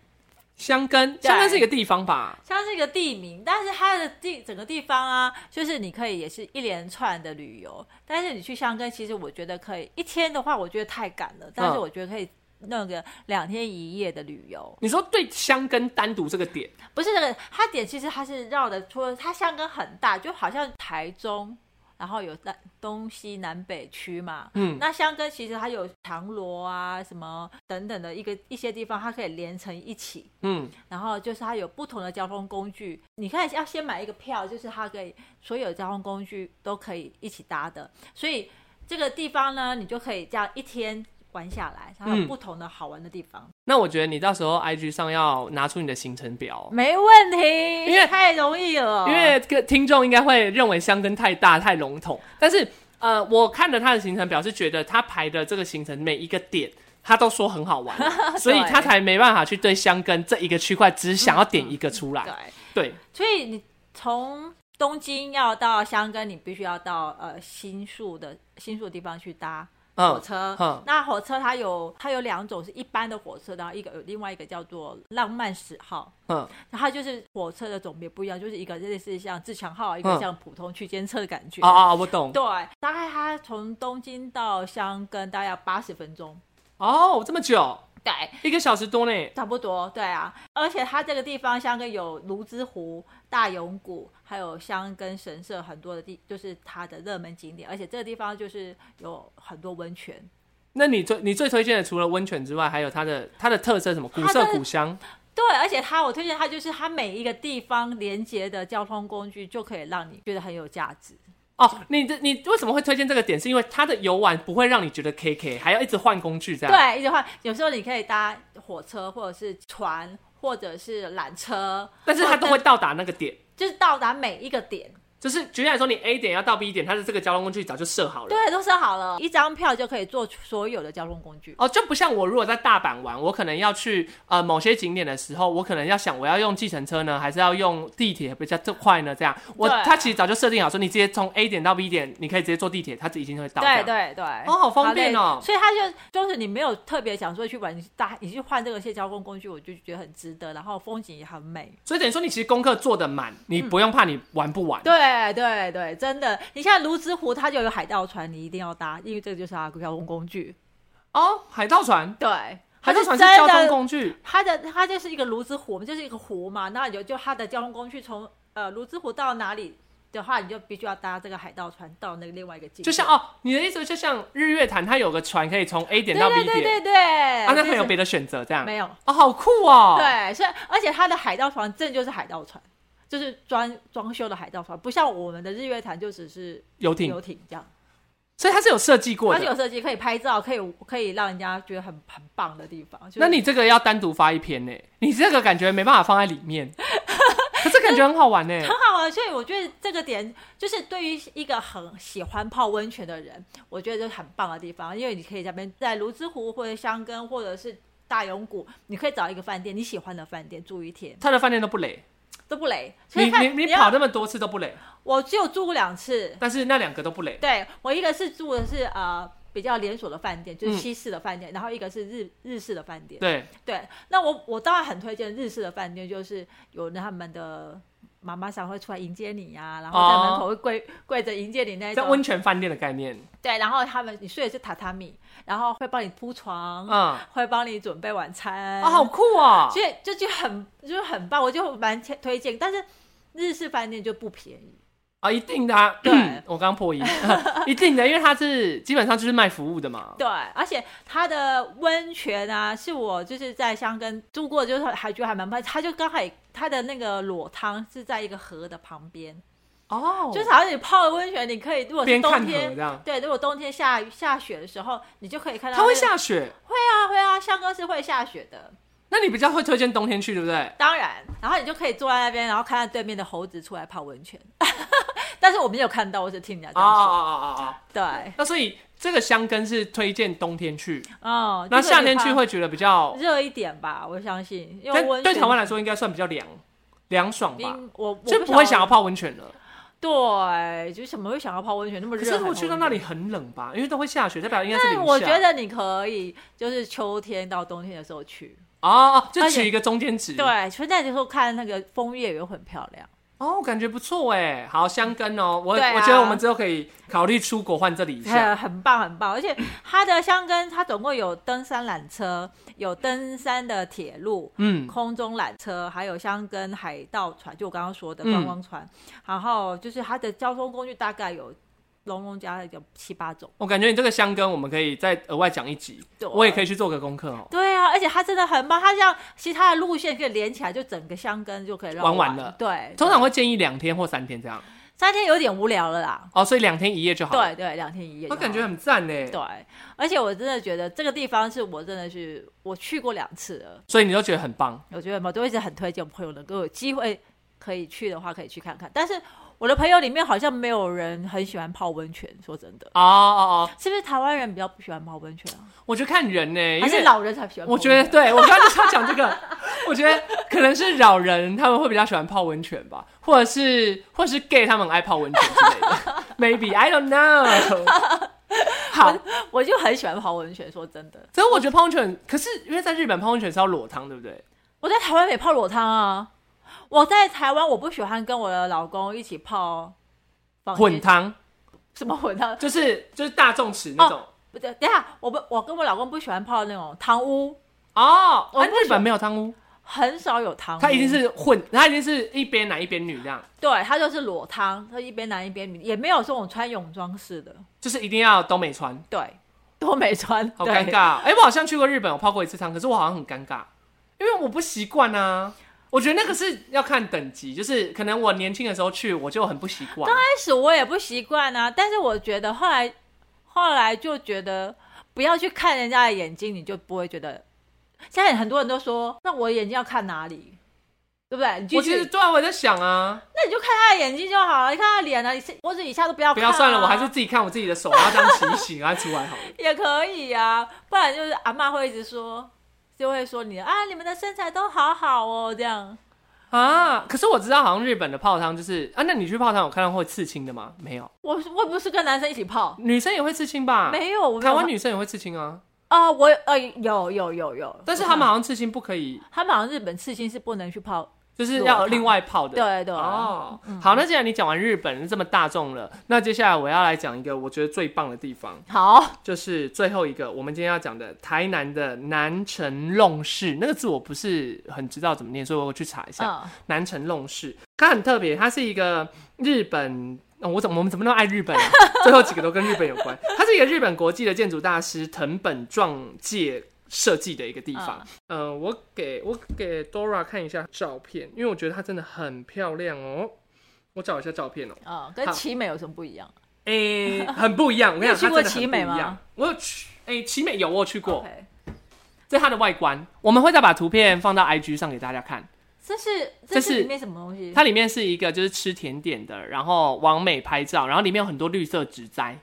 Speaker 1: 香根，香根是一个地方吧？
Speaker 2: 像是一个地名，但是它的地整个地方啊，就是你可以也是一连串的旅游，但是你去箱根，其实我觉得可以一天的话，我觉得太赶了，但是我觉得可以弄个两天一夜的旅游，
Speaker 1: 你说对香根单独这个点，
Speaker 2: 不是那个它点，其实它是绕的，除了它箱根很大，就好像台中。然后有南东西南北区嘛，
Speaker 1: 嗯
Speaker 2: 那箱根其实它有长罗啊什么等等的一个一些地方，它可以连成一起，
Speaker 1: 嗯，
Speaker 2: 然后就是它有不同的交通工具，你看要先买一个票，就是它可以所有交通工具都可以一起搭的，所以这个地方呢，你就可以这样一天玩下来，它
Speaker 1: 嗯
Speaker 2: 有不同的好玩的地方。
Speaker 1: 那我觉得你到时候 IG 上要拿出你的行程表，
Speaker 2: 没问题，
Speaker 1: 因为
Speaker 2: 太容易了，
Speaker 1: 因为这个听众应该会认为香根太大太笼统，但是呃，我看了他的行程表是觉得他排的这个行程每一个点。他都说很好玩，所以他才没办法去对香根这一个区块只想要点一个出来。
Speaker 2: 对，
Speaker 1: 对，
Speaker 2: 所以你从东京要到箱根，你必须要到呃新宿的新宿的地方去搭火
Speaker 1: 嗯，
Speaker 2: 车。
Speaker 1: 嗯
Speaker 2: 那火车它有它有两种，是一般的火车，然后一个有另外一个叫做浪漫十号，
Speaker 1: 嗯，
Speaker 2: 然后它就是火车的种别不一样，就是一个类似像自强号，一个
Speaker 1: 嗯
Speaker 2: 像普通区间车的感觉。
Speaker 1: 哦哦，我懂。
Speaker 2: 对，大概它从东京到箱根大概八十分钟。
Speaker 1: 哦，这么久，
Speaker 2: 对，
Speaker 1: 一个小时多呢。
Speaker 2: 差不多，对啊，而且它这个地方香根有泸沽湖、大永谷，还有香根神社很多的地，就是它的热门景点。而且这个地方就是有很多温泉，
Speaker 1: 那你最你最推荐的，除了温泉之外，还有它的它的特色是什么？古
Speaker 2: 它
Speaker 1: 色
Speaker 2: 的
Speaker 1: 古香。
Speaker 2: 对，而且它我推荐它就是它每一个地方连接的交通工具，就可以让你觉得很有价值。
Speaker 1: 哦，你的你为什么会推荐这个点？是因为它的游玩不会让你觉得 K K，还要一直换工具这样。
Speaker 2: 对，一直换，有时候你可以搭火车或者是船或者是缆车，
Speaker 1: 但是它都
Speaker 2: 或
Speaker 1: 会
Speaker 2: 者
Speaker 1: 到达那个点，
Speaker 2: 就是到达每一个点。
Speaker 1: 就是举例来说，你 A 点要到 B 点，它的这个交通工具早就设好了。
Speaker 2: 对，都设好了，一张票就可以坐所有的交通工具。
Speaker 1: 哦，就不像我如果在大阪玩，我可能要去呃某些景点的时候，我可能要想我要用计程车呢，还是要用地铁比较快呢？这样，我
Speaker 2: 对
Speaker 1: 它其实早就设定好说，你直接从 A 点到 B 点，你可以直接坐地铁，它已经会到。这
Speaker 2: 对
Speaker 1: 样
Speaker 2: 对对，
Speaker 1: 哦，好方便
Speaker 2: 好
Speaker 1: 哦
Speaker 2: 累。所以他就就是你没有特别想说去玩，你搭你去换这个些交通工具，我就觉得很值得，然后风景也很美。
Speaker 1: 所以等于说，你其实功课做的满，你不用怕你玩不完。
Speaker 2: 嗯对对对，真的，你像泸沽湖，它就有海盗船，你一定要搭，因为这个就是它的交通工具。
Speaker 1: 哦，海盗船，
Speaker 2: 对，
Speaker 1: 海
Speaker 2: 它
Speaker 1: 盗
Speaker 2: 是
Speaker 1: 船
Speaker 2: 真
Speaker 1: 是交通
Speaker 2: 的，
Speaker 1: 工具。
Speaker 2: 它的它就是一个泸沽湖，就是一个湖嘛，那你就就它的交通工具从呃泸沽湖到哪里的话，你就必须要搭这个海盗船到那个另外一个景点，
Speaker 1: 就像哦，你的意思就像日月潭，它有个船可以从 A 点
Speaker 2: 对
Speaker 1: 到 B
Speaker 2: 对
Speaker 1: 点，
Speaker 2: 对对对，
Speaker 1: 啊，那
Speaker 2: 就
Speaker 1: 没有
Speaker 2: 是
Speaker 1: 别的选择这样。
Speaker 2: 没有。
Speaker 1: 哦，好酷哦。，
Speaker 2: 对，所以而且它的海盗船真的就是海盗船，就是装装修的海盗船，不像我们的日月潭就只是
Speaker 1: 游艇
Speaker 2: 游，艇这样。
Speaker 1: 所以它是有设计过
Speaker 2: 它
Speaker 1: 的。
Speaker 2: 是有设计，可以拍照，可以可以让人家觉得很很棒的地方。就是、
Speaker 1: 那你这个要单独发一篇呢？你这个感觉没办法放在里 面，可是感觉很好玩呢。
Speaker 2: 很好啊，所以我觉得这个点就是对于一个很喜欢泡温泉的人，我觉得就是很棒的地方，因为你可以在那边在泸沽湖或者香根或者是大永谷，你可以找一个饭店你喜欢的饭店住一天
Speaker 1: 他的饭店都不累，
Speaker 2: 都不累。所
Speaker 1: 你
Speaker 2: 以看
Speaker 1: 你你
Speaker 2: 要
Speaker 1: 跑那么多次都不累，
Speaker 2: 我只有住过两次，
Speaker 1: 但是那两个都不累。
Speaker 2: 对我一个是住的是呃比较连锁的饭店，就是
Speaker 1: 嗯
Speaker 2: 西式的饭店，然后一个是日日式的饭店。
Speaker 1: 对，
Speaker 2: 对，那我我当然很推荐日式的饭店，就是有那他们的妈妈桑会出来迎接你呀、然后在门口会跪、跪着迎接你那一
Speaker 1: 哦在
Speaker 2: 种
Speaker 1: 温。泉饭店的概念，
Speaker 2: 对，然后他们你睡的是榻榻米，然后会帮你铺床，
Speaker 1: 嗯，
Speaker 2: 会帮你准备晚餐。
Speaker 1: 啊，好酷哦。
Speaker 2: 所以这就很就是很棒，我就蛮推推荐。但是日式饭店就不便宜，
Speaker 1: 啊，一定的、啊。
Speaker 2: 对
Speaker 1: 我刚破 音， 一定的，因为它是基本上就是卖服务的嘛。
Speaker 2: 对，而且它的温泉啊，是我就是在香根住过，就是还觉得还蛮棒。它就刚好也它的那个裸汤是在一个河的旁边，
Speaker 1: 哦，
Speaker 2: 就是好像你泡了温泉，你可以如果是
Speaker 1: 边看
Speaker 2: 冬
Speaker 1: 河这
Speaker 2: 天，
Speaker 1: 样。
Speaker 2: 对，如果冬天下下雪的时候，你就可以看到、
Speaker 1: 它会，下雪，
Speaker 2: 会啊会啊，香根是会下雪的，
Speaker 1: 那你比较会推荐冬天去，对不对？
Speaker 2: 当然，然后你就可以坐在那边，然后看到对面的猴子出来泡温泉。 但是我没有看到，我只听人家这
Speaker 1: 哦
Speaker 2: 样
Speaker 1: 哦
Speaker 2: 说。
Speaker 1: 哦哦哦。
Speaker 2: 对，
Speaker 1: 那所以这个香根是推荐冬天去，
Speaker 2: 哦，
Speaker 1: 那
Speaker 2: 这个
Speaker 1: 夏天
Speaker 2: 地
Speaker 1: 去
Speaker 2: 方
Speaker 1: 会觉得比较，
Speaker 2: 热一点吧，我相信，因为
Speaker 1: 但
Speaker 2: 温
Speaker 1: 对
Speaker 2: 泉
Speaker 1: 台湾来说应该算比较凉，凉爽吧，
Speaker 2: 冰，我我
Speaker 1: 就不会想
Speaker 2: 要
Speaker 1: 要泡温泉了。
Speaker 2: 对，就怎么会想要泡温泉那么
Speaker 1: 可
Speaker 2: 热？
Speaker 1: 是如果去到那里，很冷吧，因为都会下雪，代表应该是零
Speaker 2: 但
Speaker 1: 下。哦
Speaker 2: 我觉得你可以就是秋天到冬天的时候去，
Speaker 1: 哦，就
Speaker 2: 而
Speaker 1: 取
Speaker 2: 且
Speaker 1: 一个中间值。
Speaker 2: 对，春天的时候看那个枫叶也会很漂亮。
Speaker 1: 哦，感觉不错哎，好香根哦，我、
Speaker 2: 对啊
Speaker 1: 我觉得我们之后可以考虑出国换这里一下。
Speaker 2: 很很棒很棒，而且它的香根，它总共有登山缆车，有登山的铁路、
Speaker 1: 嗯，
Speaker 2: 空中缆车，还有香根海盗船，就我刚刚说的
Speaker 1: 嗯
Speaker 2: 观光船，然后就是它的交通工具大概有龙龙加有七八种。
Speaker 1: 我感觉你这个香根我们可以再额外讲一集，
Speaker 2: 对
Speaker 1: 我也可以去做个功课哦。
Speaker 2: 对啊，而且它真的很棒，它这样其他的路线可以连起来，就整个香根就可以绕
Speaker 1: 玩完了
Speaker 2: 对，
Speaker 1: 通常会建议两天或三天这样。
Speaker 2: 三天有点无聊了啦。
Speaker 1: 哦，所以两天一夜就好。，
Speaker 2: 对对，两天一夜就
Speaker 1: 我
Speaker 2: 好。
Speaker 1: 感觉很赞哎呢。
Speaker 2: 对，而且我真的觉得这个地方是我真的是我去过两次了，
Speaker 1: 所以你都觉得很棒。
Speaker 2: 我觉得我都一直很推荐我朋友能够有机会可以去的话可以去看看。但是我的朋友里面好像没有人很喜欢泡温泉，说真的，
Speaker 1: 哦哦
Speaker 2: 是不是台湾人比较不喜欢泡温泉啊？
Speaker 1: 哦，我觉得看人呢，因
Speaker 2: 还是
Speaker 1: 为
Speaker 2: 老人才喜欢泡
Speaker 1: 我
Speaker 2: 温
Speaker 1: 觉
Speaker 2: 泉？
Speaker 1: 得，对我刚刚就是要讲这个，我觉得可能是老人他们会比较喜欢泡温泉吧，或者是或者是 gay 他们很爱泡温泉之类的，maybe I don't know 。 好，
Speaker 2: 我就很喜欢泡温泉，说真的，
Speaker 1: 所以我觉得泡温泉，可是因为在日本泡温泉是要裸汤，对不对？
Speaker 2: 我在台湾没泡裸汤啊。我在台湾，我不喜欢跟我的老公一起泡房间
Speaker 1: 混汤
Speaker 2: 什么混汤，
Speaker 1: 就是就是大众池那种
Speaker 2: 不对，等一下，我不，我跟我老公不喜欢泡那种汤屋，
Speaker 1: 哦。
Speaker 2: 我
Speaker 1: 啊，
Speaker 2: 不喜欢
Speaker 1: 日本没有汤屋，
Speaker 2: 很少有汤屋。
Speaker 1: 它一定是混，它一定是一边男一边女这样，
Speaker 2: 对，他就是裸汤，他一边男一边女，也没有这种穿泳装式的，
Speaker 1: 就是一定要都没穿，
Speaker 2: 对，都没穿，
Speaker 1: 好
Speaker 2: 对
Speaker 1: 尴。尬。哎、我好像去过日本，我泡过一次汤，可是我好像很尴尬，因为我不习惯啊。我觉得那个是要看等级，就是可能我年轻的时候去，我就很不习惯。
Speaker 2: 开始我也不习惯啊，但是我觉得后来，后来就觉得不要去看人家的眼睛，你就不会觉得。现在很多人都说，那我眼睛要看哪里，对不对？你
Speaker 1: 我
Speaker 2: 继
Speaker 1: 其实
Speaker 2: 续，
Speaker 1: 对啊，我也在想啊，
Speaker 2: 那你就看他的眼睛就好了，你看他的脸啊，你是脖子以下都不要
Speaker 1: 不
Speaker 2: 看、
Speaker 1: 要算了，我还是自己看我自己的手，然后这样洗一洗，然后再出来好了。
Speaker 2: 也可以呀、不然就是阿妈会一直说，就会说你啊，你们的身材都好好哦，这样
Speaker 1: 啊！可是我知道，好像日本的泡汤就是啊，那你去泡汤，我看到会刺青的吗？没有，
Speaker 2: 我我不是跟男生一起泡，
Speaker 1: 女生也会刺青吧？
Speaker 2: 没有，我没
Speaker 1: 嗯台
Speaker 2: 有
Speaker 1: 湾女生也会刺青啊，
Speaker 2: 啊、我呃有有有有，
Speaker 1: 但是
Speaker 2: 我
Speaker 1: 他们
Speaker 2: 看
Speaker 1: 好像刺青不可以，
Speaker 2: 他们好像日本刺青是不能去泡，
Speaker 1: 就是要另外泡的。
Speaker 2: 对啊对
Speaker 1: 哦，好，那既然你讲完日本这么大众了，那接下来我要来讲一个我觉得最棒的地方，
Speaker 2: 好，
Speaker 1: 就是最后一个我们今天要讲的台南的南城弄市。那个字我不是很知道怎么念，所以我去查一下。
Speaker 2: 嗯，
Speaker 1: 南城弄市，它很特别，它是一个日本。哦、我怎么我们怎么那么爱日本啊？ 最后几个都跟日本有关。它是一个日本国际的建筑大师藤本壮介设计的一个地
Speaker 2: 啊
Speaker 1: 方。嗯、呃，我给我给 Dora 看一下照片，因为我觉得它真的很漂亮哦。我找一下照片哦。
Speaker 2: 嗯，跟
Speaker 1: 好
Speaker 2: 奇美有什么不一样
Speaker 1: 诶、 很不一样。我跟你讲，
Speaker 2: 你有去过
Speaker 1: 它真的很
Speaker 2: 奇美吗
Speaker 1: 不一样？我有去，诶、奇美有我有去过，
Speaker 2: ？OK，
Speaker 1: 这是它的外观。我们会再把图片放到 IG 上给大家看。
Speaker 2: 这是
Speaker 1: 这
Speaker 2: 这
Speaker 1: 是
Speaker 2: 是里面什么东西？
Speaker 1: 它里面是一个就是吃甜点的，然后完美拍照，然后里面有很多绿色植栽，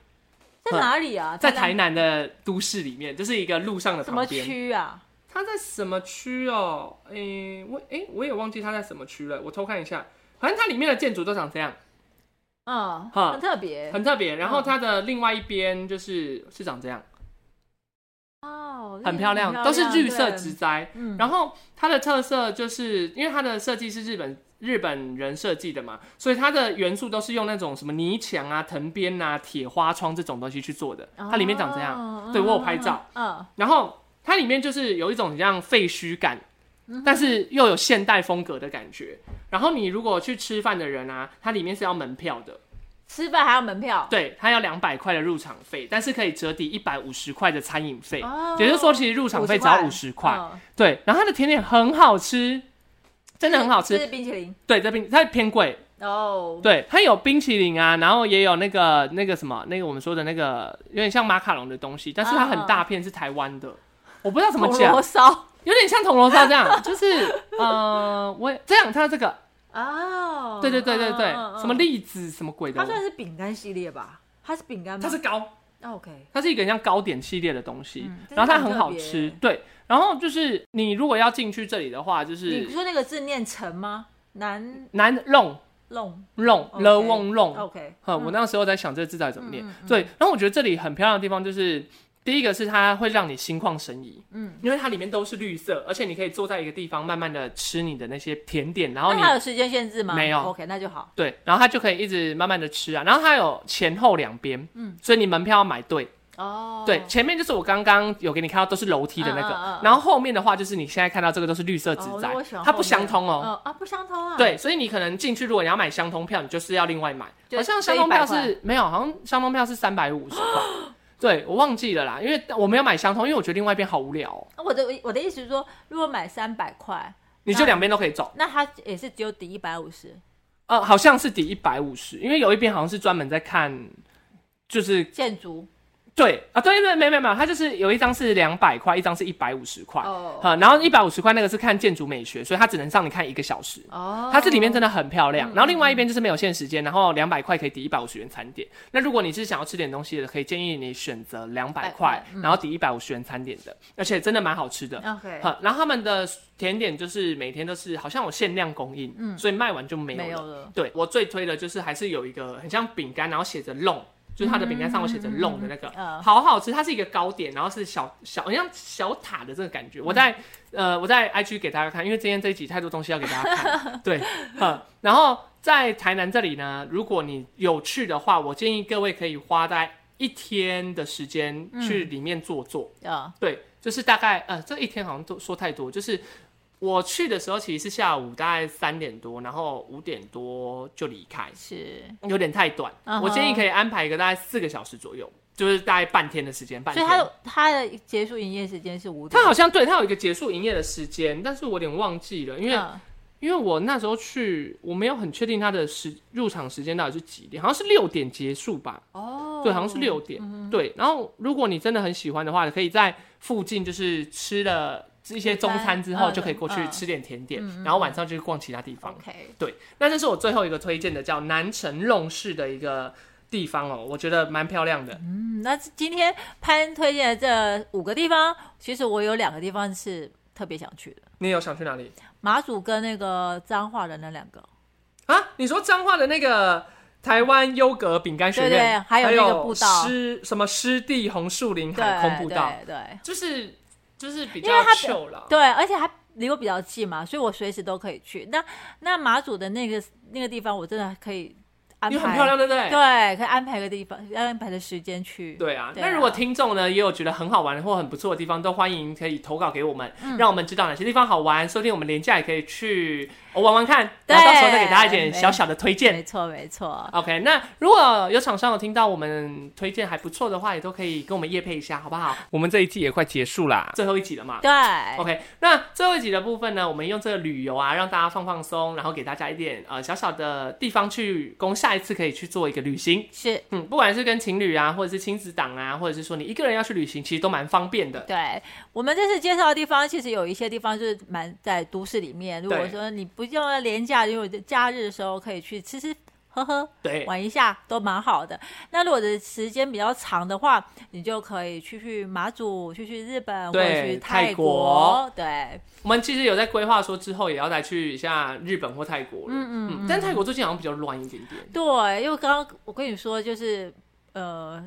Speaker 2: 在哪里啊？
Speaker 1: 嗯在
Speaker 2: 台
Speaker 1: 台南
Speaker 2: 南
Speaker 1: 的都市里面，就是一个路上的
Speaker 2: 什么
Speaker 1: 旁边。
Speaker 2: 区啊？
Speaker 1: 它在什么区哦？诶、我诶、我也忘记它在什么区了，我偷看一下。反正它里面的建筑都长这样，
Speaker 2: 嗯，
Speaker 1: 哈
Speaker 2: 很特别
Speaker 1: 很特别。然后它的另外一边就是是长这样，
Speaker 2: 哦，
Speaker 1: 很漂亮，都是绿色
Speaker 2: 对
Speaker 1: 植栽。
Speaker 2: 嗯，
Speaker 1: 然后它的特色就是因为它的设计是日本日本人设计的嘛，所以它的元素都是用那种什么泥墙啊、藤编啊、铁花窗这种东西去做的。
Speaker 2: 哦
Speaker 1: 它里面长这样，
Speaker 2: 样
Speaker 1: 对我有拍照，
Speaker 2: 哦嗯，
Speaker 1: 然后它里面就是有一种像废墟感，但是又有现代风格的感觉。然后你如果去吃饭的人啊，它里面是要门票的，
Speaker 2: 吃饭还要门票，
Speaker 1: 对，它要两百块的入场费，但是可以折抵一百五十块的餐饮费，
Speaker 2: 哦
Speaker 1: 也就是说其实入场费只要五十块。
Speaker 2: 嗯
Speaker 1: 对，然后它的甜点很好吃，真的很好
Speaker 2: 这
Speaker 1: 吃。
Speaker 2: 是冰淇淋
Speaker 1: 对，这冰它偏贵，
Speaker 2: 哦，
Speaker 1: 对，它有冰淇淋啊，然后也有那个那个什么，那个我们说的那个有点像马卡龙的东西，但是它很大片，是台湾的，我不知道怎么
Speaker 2: 铜
Speaker 1: 讲
Speaker 2: 锣，烧
Speaker 1: 有点像铜锣烧这 样，就是呃，我也这样它这个，
Speaker 2: 哦，
Speaker 1: 对对对对对，
Speaker 2: 嗯嗯嗯
Speaker 1: 什么栗子什么鬼的
Speaker 2: 它，算是饼干系列吧？它是饼干吗？
Speaker 1: 它是糕，
Speaker 2: 哦 OK，
Speaker 1: 它是一个像糕点系列的东西，
Speaker 2: 嗯
Speaker 1: 然后它
Speaker 2: 真的
Speaker 1: 很
Speaker 2: 很
Speaker 1: 好
Speaker 2: 特别
Speaker 1: 吃，对，然后就是你如果要进去这里的话，就
Speaker 2: 你
Speaker 1: 是
Speaker 2: 说那个字念成吗？南
Speaker 1: 南弄
Speaker 2: 弄
Speaker 1: 弄
Speaker 2: OK
Speaker 1: 了瓮弄。
Speaker 2: OK，嗯
Speaker 1: 哈，我那时候在想这个字到底怎么念。
Speaker 2: 嗯嗯嗯
Speaker 1: 对，然后我觉得这里很漂亮的地方就是，第一个是它会让你心旷神怡，
Speaker 2: 嗯，
Speaker 1: 因为它里面都是绿色，而且你可以坐在一个地方慢慢的吃你的那些甜点，然后
Speaker 2: 那
Speaker 1: 你
Speaker 2: 它有时间限制吗？
Speaker 1: 没有
Speaker 2: OK，那就好。
Speaker 1: 对，然后它就可以一直慢慢的吃啊，然后它有前后两边，
Speaker 2: 嗯，
Speaker 1: 所以你门票要买对，
Speaker 2: 哦，
Speaker 1: 对，前面就是我刚刚有给你看到都是楼梯的那个，
Speaker 2: 嗯嗯嗯嗯
Speaker 1: 然后后面的话就是你现在看到这个都是绿色植
Speaker 2: 哦，
Speaker 1: 栽
Speaker 2: 那，我喜欢
Speaker 1: 它不
Speaker 2: 后面
Speaker 1: 相通哦。
Speaker 2: 哦啊，不相通啊。，
Speaker 1: 对，所以你可能进去，如果你要买相通票，你就是要另外买。
Speaker 2: 就
Speaker 1: 好像
Speaker 2: 就
Speaker 1: 相通票
Speaker 2: 100块
Speaker 1: 是没有，好像相通票是三百五十块。 对我忘记了啦，因为我没有买相通，因为我觉得另外一边好无聊、哦，
Speaker 2: 我的我的意思是说，如果买三百块，嗯
Speaker 1: 你就两边都可以走。
Speaker 2: 那它也是只有抵一百五十。
Speaker 1: 呃，好像是抵一百五十，因为有一边好像是专门在看，就是
Speaker 2: 建筑
Speaker 1: 对啊，对对，没没没有，它就是有一张是两百块，一张是一百五十块。
Speaker 2: 哦
Speaker 1: 啊，然后一百五十块那个是看建筑美学，所以它只能让你看一个小时。
Speaker 2: 哦，
Speaker 1: 它这里面真的很漂亮，然后另外一边就是没有限时间，然后两百块可以抵一百五十元餐点。那如果你是想要吃点东西的，可以建议你选择两百块
Speaker 2: 块，嗯
Speaker 1: 然后抵一百五十元餐点的，而且真的蛮好吃的。
Speaker 2: OK
Speaker 1: 好，然后他们的甜点就是每天都是好像有限量供应，嗯，所以卖完就没有了。
Speaker 2: 没有了
Speaker 1: 对我最推的就是还是有一个很像饼干，然后写着弄。就是它的饼干上有写着“弄”的那个，
Speaker 2: 嗯
Speaker 1: 好好吃。它是一个糕点，然后是小小，很像小塔的这个感觉。我在、
Speaker 2: 嗯
Speaker 1: 呃，我在 IG 给大家看，因为今天这一集太多东西要给大家看。对，嗯，然后在台南这里呢，如果你有去的话，我建议各位可以花大概一天的时间
Speaker 2: 嗯
Speaker 1: 去里面坐坐。
Speaker 2: 啊，
Speaker 1: 对，就是大概呃，这一天好像都说太多，就是我去的时候其实是下午大概三点多，然后五点多就离开，
Speaker 2: 是，
Speaker 1: 有点太短。
Speaker 2: 嗯哼
Speaker 1: 我建议可以安排一个大概四个小时左右，就是大概半天的时间。半
Speaker 2: 所以
Speaker 1: 天。
Speaker 2: 它的它的结束营业时间是五点
Speaker 1: 它，好像对它有一个结束营业的时间，但是我有点忘记了，因为、
Speaker 2: 嗯
Speaker 1: 因为我那时候去，我没有很确定它的时入场时间到底是几点，好像是六点结束吧。
Speaker 2: 哦，
Speaker 1: 对，好像是六点。对，然后如果你真的很喜欢的话，可以在附近就是吃了一些中餐之后，
Speaker 2: 午餐嗯
Speaker 1: 就可以过去
Speaker 2: 嗯
Speaker 1: 吃点甜点，然后晚上就去逛其他地方。
Speaker 2: OK，
Speaker 1: 对，那这是我最后一个推荐的，叫南城弄市的一个地方哦，我觉得蛮漂亮的。
Speaker 2: 嗯，那今天潘推荐的这五个地方，其实我有两个地方是特别想去的，
Speaker 1: 你有想去哪里
Speaker 2: 马祖跟那个彰化的那两个，
Speaker 1: 啊？你说彰化的那个台湾优格饼干学院，
Speaker 2: 对对还有那个步道
Speaker 1: 湿什么湿地红树林
Speaker 2: 对
Speaker 1: 海空步道，
Speaker 2: 对对
Speaker 1: 就是就是比
Speaker 2: 因为
Speaker 1: 较
Speaker 2: 它比
Speaker 1: 秀了。
Speaker 2: 对，而且还离我比较近嘛，所以我随时都可以去。那那马祖的那个那个地方，我真的可以安
Speaker 1: 因
Speaker 2: 排，
Speaker 1: 为很漂亮，对不对？
Speaker 2: 对，可以安排个地方，安排的时间去。
Speaker 1: 对啊，
Speaker 2: 对啊
Speaker 1: 那如果听众呢也有觉得很好玩或很不错的地方，都欢迎可以投稿给我们，
Speaker 2: 嗯
Speaker 1: 让我们知道哪些地方好玩。说不定我们廉价也可以去
Speaker 2: 嗯
Speaker 1: 哦玩玩看，
Speaker 2: 对
Speaker 1: 然后到时候再给大家一点小小的推荐
Speaker 2: 没。错没错。
Speaker 1: OK，那如果有厂商有听到我们推荐还不错的话，也都可以跟我们业配一下，好不好？我们这一季也快结束啦，最后一集了嘛。
Speaker 2: 对
Speaker 1: OK，那最后一集的部分呢，我们用这个旅游啊，让大家放放松，然后给大家一点呃小小的地方去供下一次可以去做一个旅行。
Speaker 2: 是，
Speaker 1: 嗯，不管是跟情侣啊，或者是亲子档啊，或者是说你一个人要去旅行，其实都蛮方便的。
Speaker 2: 对我们这次介绍的地方，其实有一些地方就是蛮在都市里面。如果
Speaker 1: 对
Speaker 2: 说你不用廉价，因为假日的时候可以去吃吃喝喝，
Speaker 1: 对，
Speaker 2: 玩一下都蛮好的。那如果的时间比较长的话，你就可以去去马祖，去去日本，或
Speaker 1: 对
Speaker 2: 者去
Speaker 1: 泰国
Speaker 2: 国。对，
Speaker 1: 我们其实有在规划说之后也要再去一下日本或泰国了。嗯嗯但泰国最近好像比较乱一点点。
Speaker 2: 对，因为刚刚我跟你说，就是呃，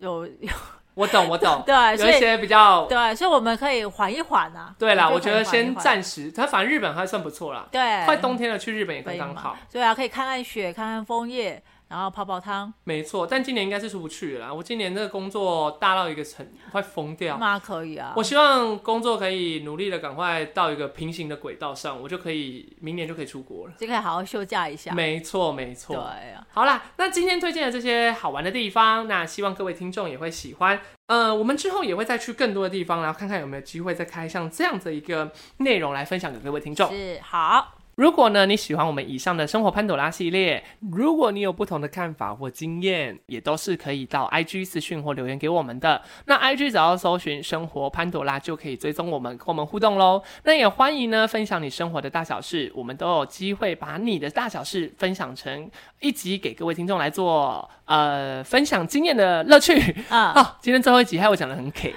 Speaker 2: 有有。
Speaker 1: 我懂，我懂
Speaker 2: 对所
Speaker 1: 有
Speaker 2: 以
Speaker 1: 一些比较。
Speaker 2: 对，所以我们可以缓一缓啊。
Speaker 1: 对啦，
Speaker 2: 可以
Speaker 1: 我觉得
Speaker 2: 缓一缓
Speaker 1: 先。暂时，它反正日本还算不错啦。
Speaker 2: 对，
Speaker 1: 快冬天了，去日本也
Speaker 2: 可
Speaker 1: 刚
Speaker 2: 以
Speaker 1: 刚好
Speaker 2: 嘛。？对啊，可以看看雪，看看枫叶，然后泡泡汤。
Speaker 1: 没错，但今年应该是出不去了啦。我今年这个工作大到一个程，快疯掉。
Speaker 2: 那可以啊
Speaker 1: 我。希望工作可以努力的赶快到一个平行的轨道上，我就可以明年就可以出国了。
Speaker 2: 就可以好好休假一下。
Speaker 1: 没错，没
Speaker 2: 对
Speaker 1: 错。
Speaker 2: 啊，
Speaker 1: 好啦，那今天推荐的这些好玩的地方，那希望各位听众也会喜欢。呃，我们之后也会再去更多的地方，然后看看有没有机会再开像这样的一个内容来分享给各位听众。
Speaker 2: 是好，
Speaker 1: 如果呢你喜欢我们以上的生活潘朵拉系列，如果你有不同的看法或经验，也都是可以到 IG 私讯或留言给我们的。那 IG 只要搜寻“生活潘朵拉”就可以追踪我们，跟我们互动喽。那也欢迎呢分享你生活的大小事，我们都有机会把你的大小事分享成一集给各位听众来做呃分享经验的乐趣。
Speaker 2: 嗯，
Speaker 1: 哦，今天最后一集害我讲的很 K。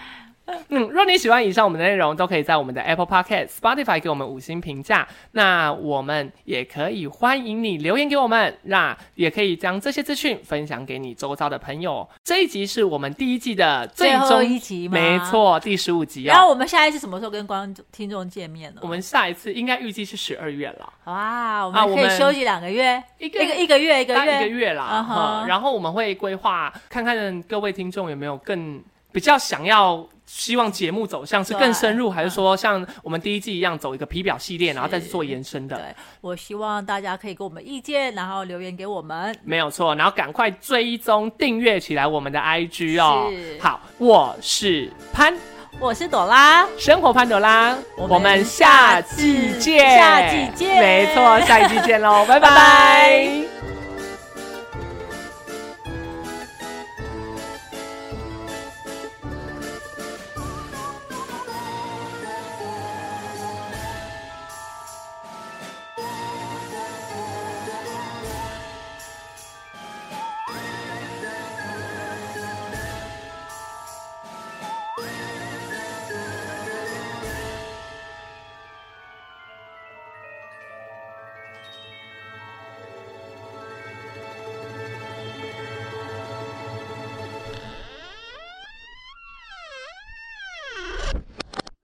Speaker 1: 嗯，若你喜欢以上我们的内容，都可以在我们的 Apple Podcast、Spotify 给我们五星评价。那我们也可以欢迎你留言给我们，那也可以将这些资讯分享给你周遭的朋友。这一集是我们第一季的最
Speaker 2: 最后
Speaker 1: 终
Speaker 2: 一集嘛，
Speaker 1: 没。错，第十五集
Speaker 2: 然后
Speaker 1: 哦。
Speaker 2: 我们下一次什么时候跟观众听众见面呢？
Speaker 1: 我们下一次应该预计是十二月了，
Speaker 2: 哇，我
Speaker 1: 啊
Speaker 2: 们
Speaker 1: 我
Speaker 2: 可
Speaker 1: 们
Speaker 2: 以休息两个月，
Speaker 1: 一
Speaker 2: 一个一个月一个
Speaker 1: 大概
Speaker 2: 月
Speaker 1: 一个月啦
Speaker 2: 嗯。哼
Speaker 1: 哈然后我们会规划看看各位听众有没有更比较想要。希望节目走向是更深入，
Speaker 2: 对
Speaker 1: 还是说像我们第一季一样走一个皮表系列，然后再去做延伸的？
Speaker 2: 对，我希望大家可以给我们意见，然后留言给我们。
Speaker 1: 没有错，然后赶快追踪订阅起来我们的 IG 哦
Speaker 2: 是。
Speaker 1: 好，我是潘，
Speaker 2: 我是朵拉，
Speaker 1: 生活潘朵拉，
Speaker 2: 我们
Speaker 1: 我们下季见，
Speaker 2: 下季见
Speaker 1: 没错，下一季见喽，拜
Speaker 2: 拜
Speaker 1: 拜
Speaker 2: 拜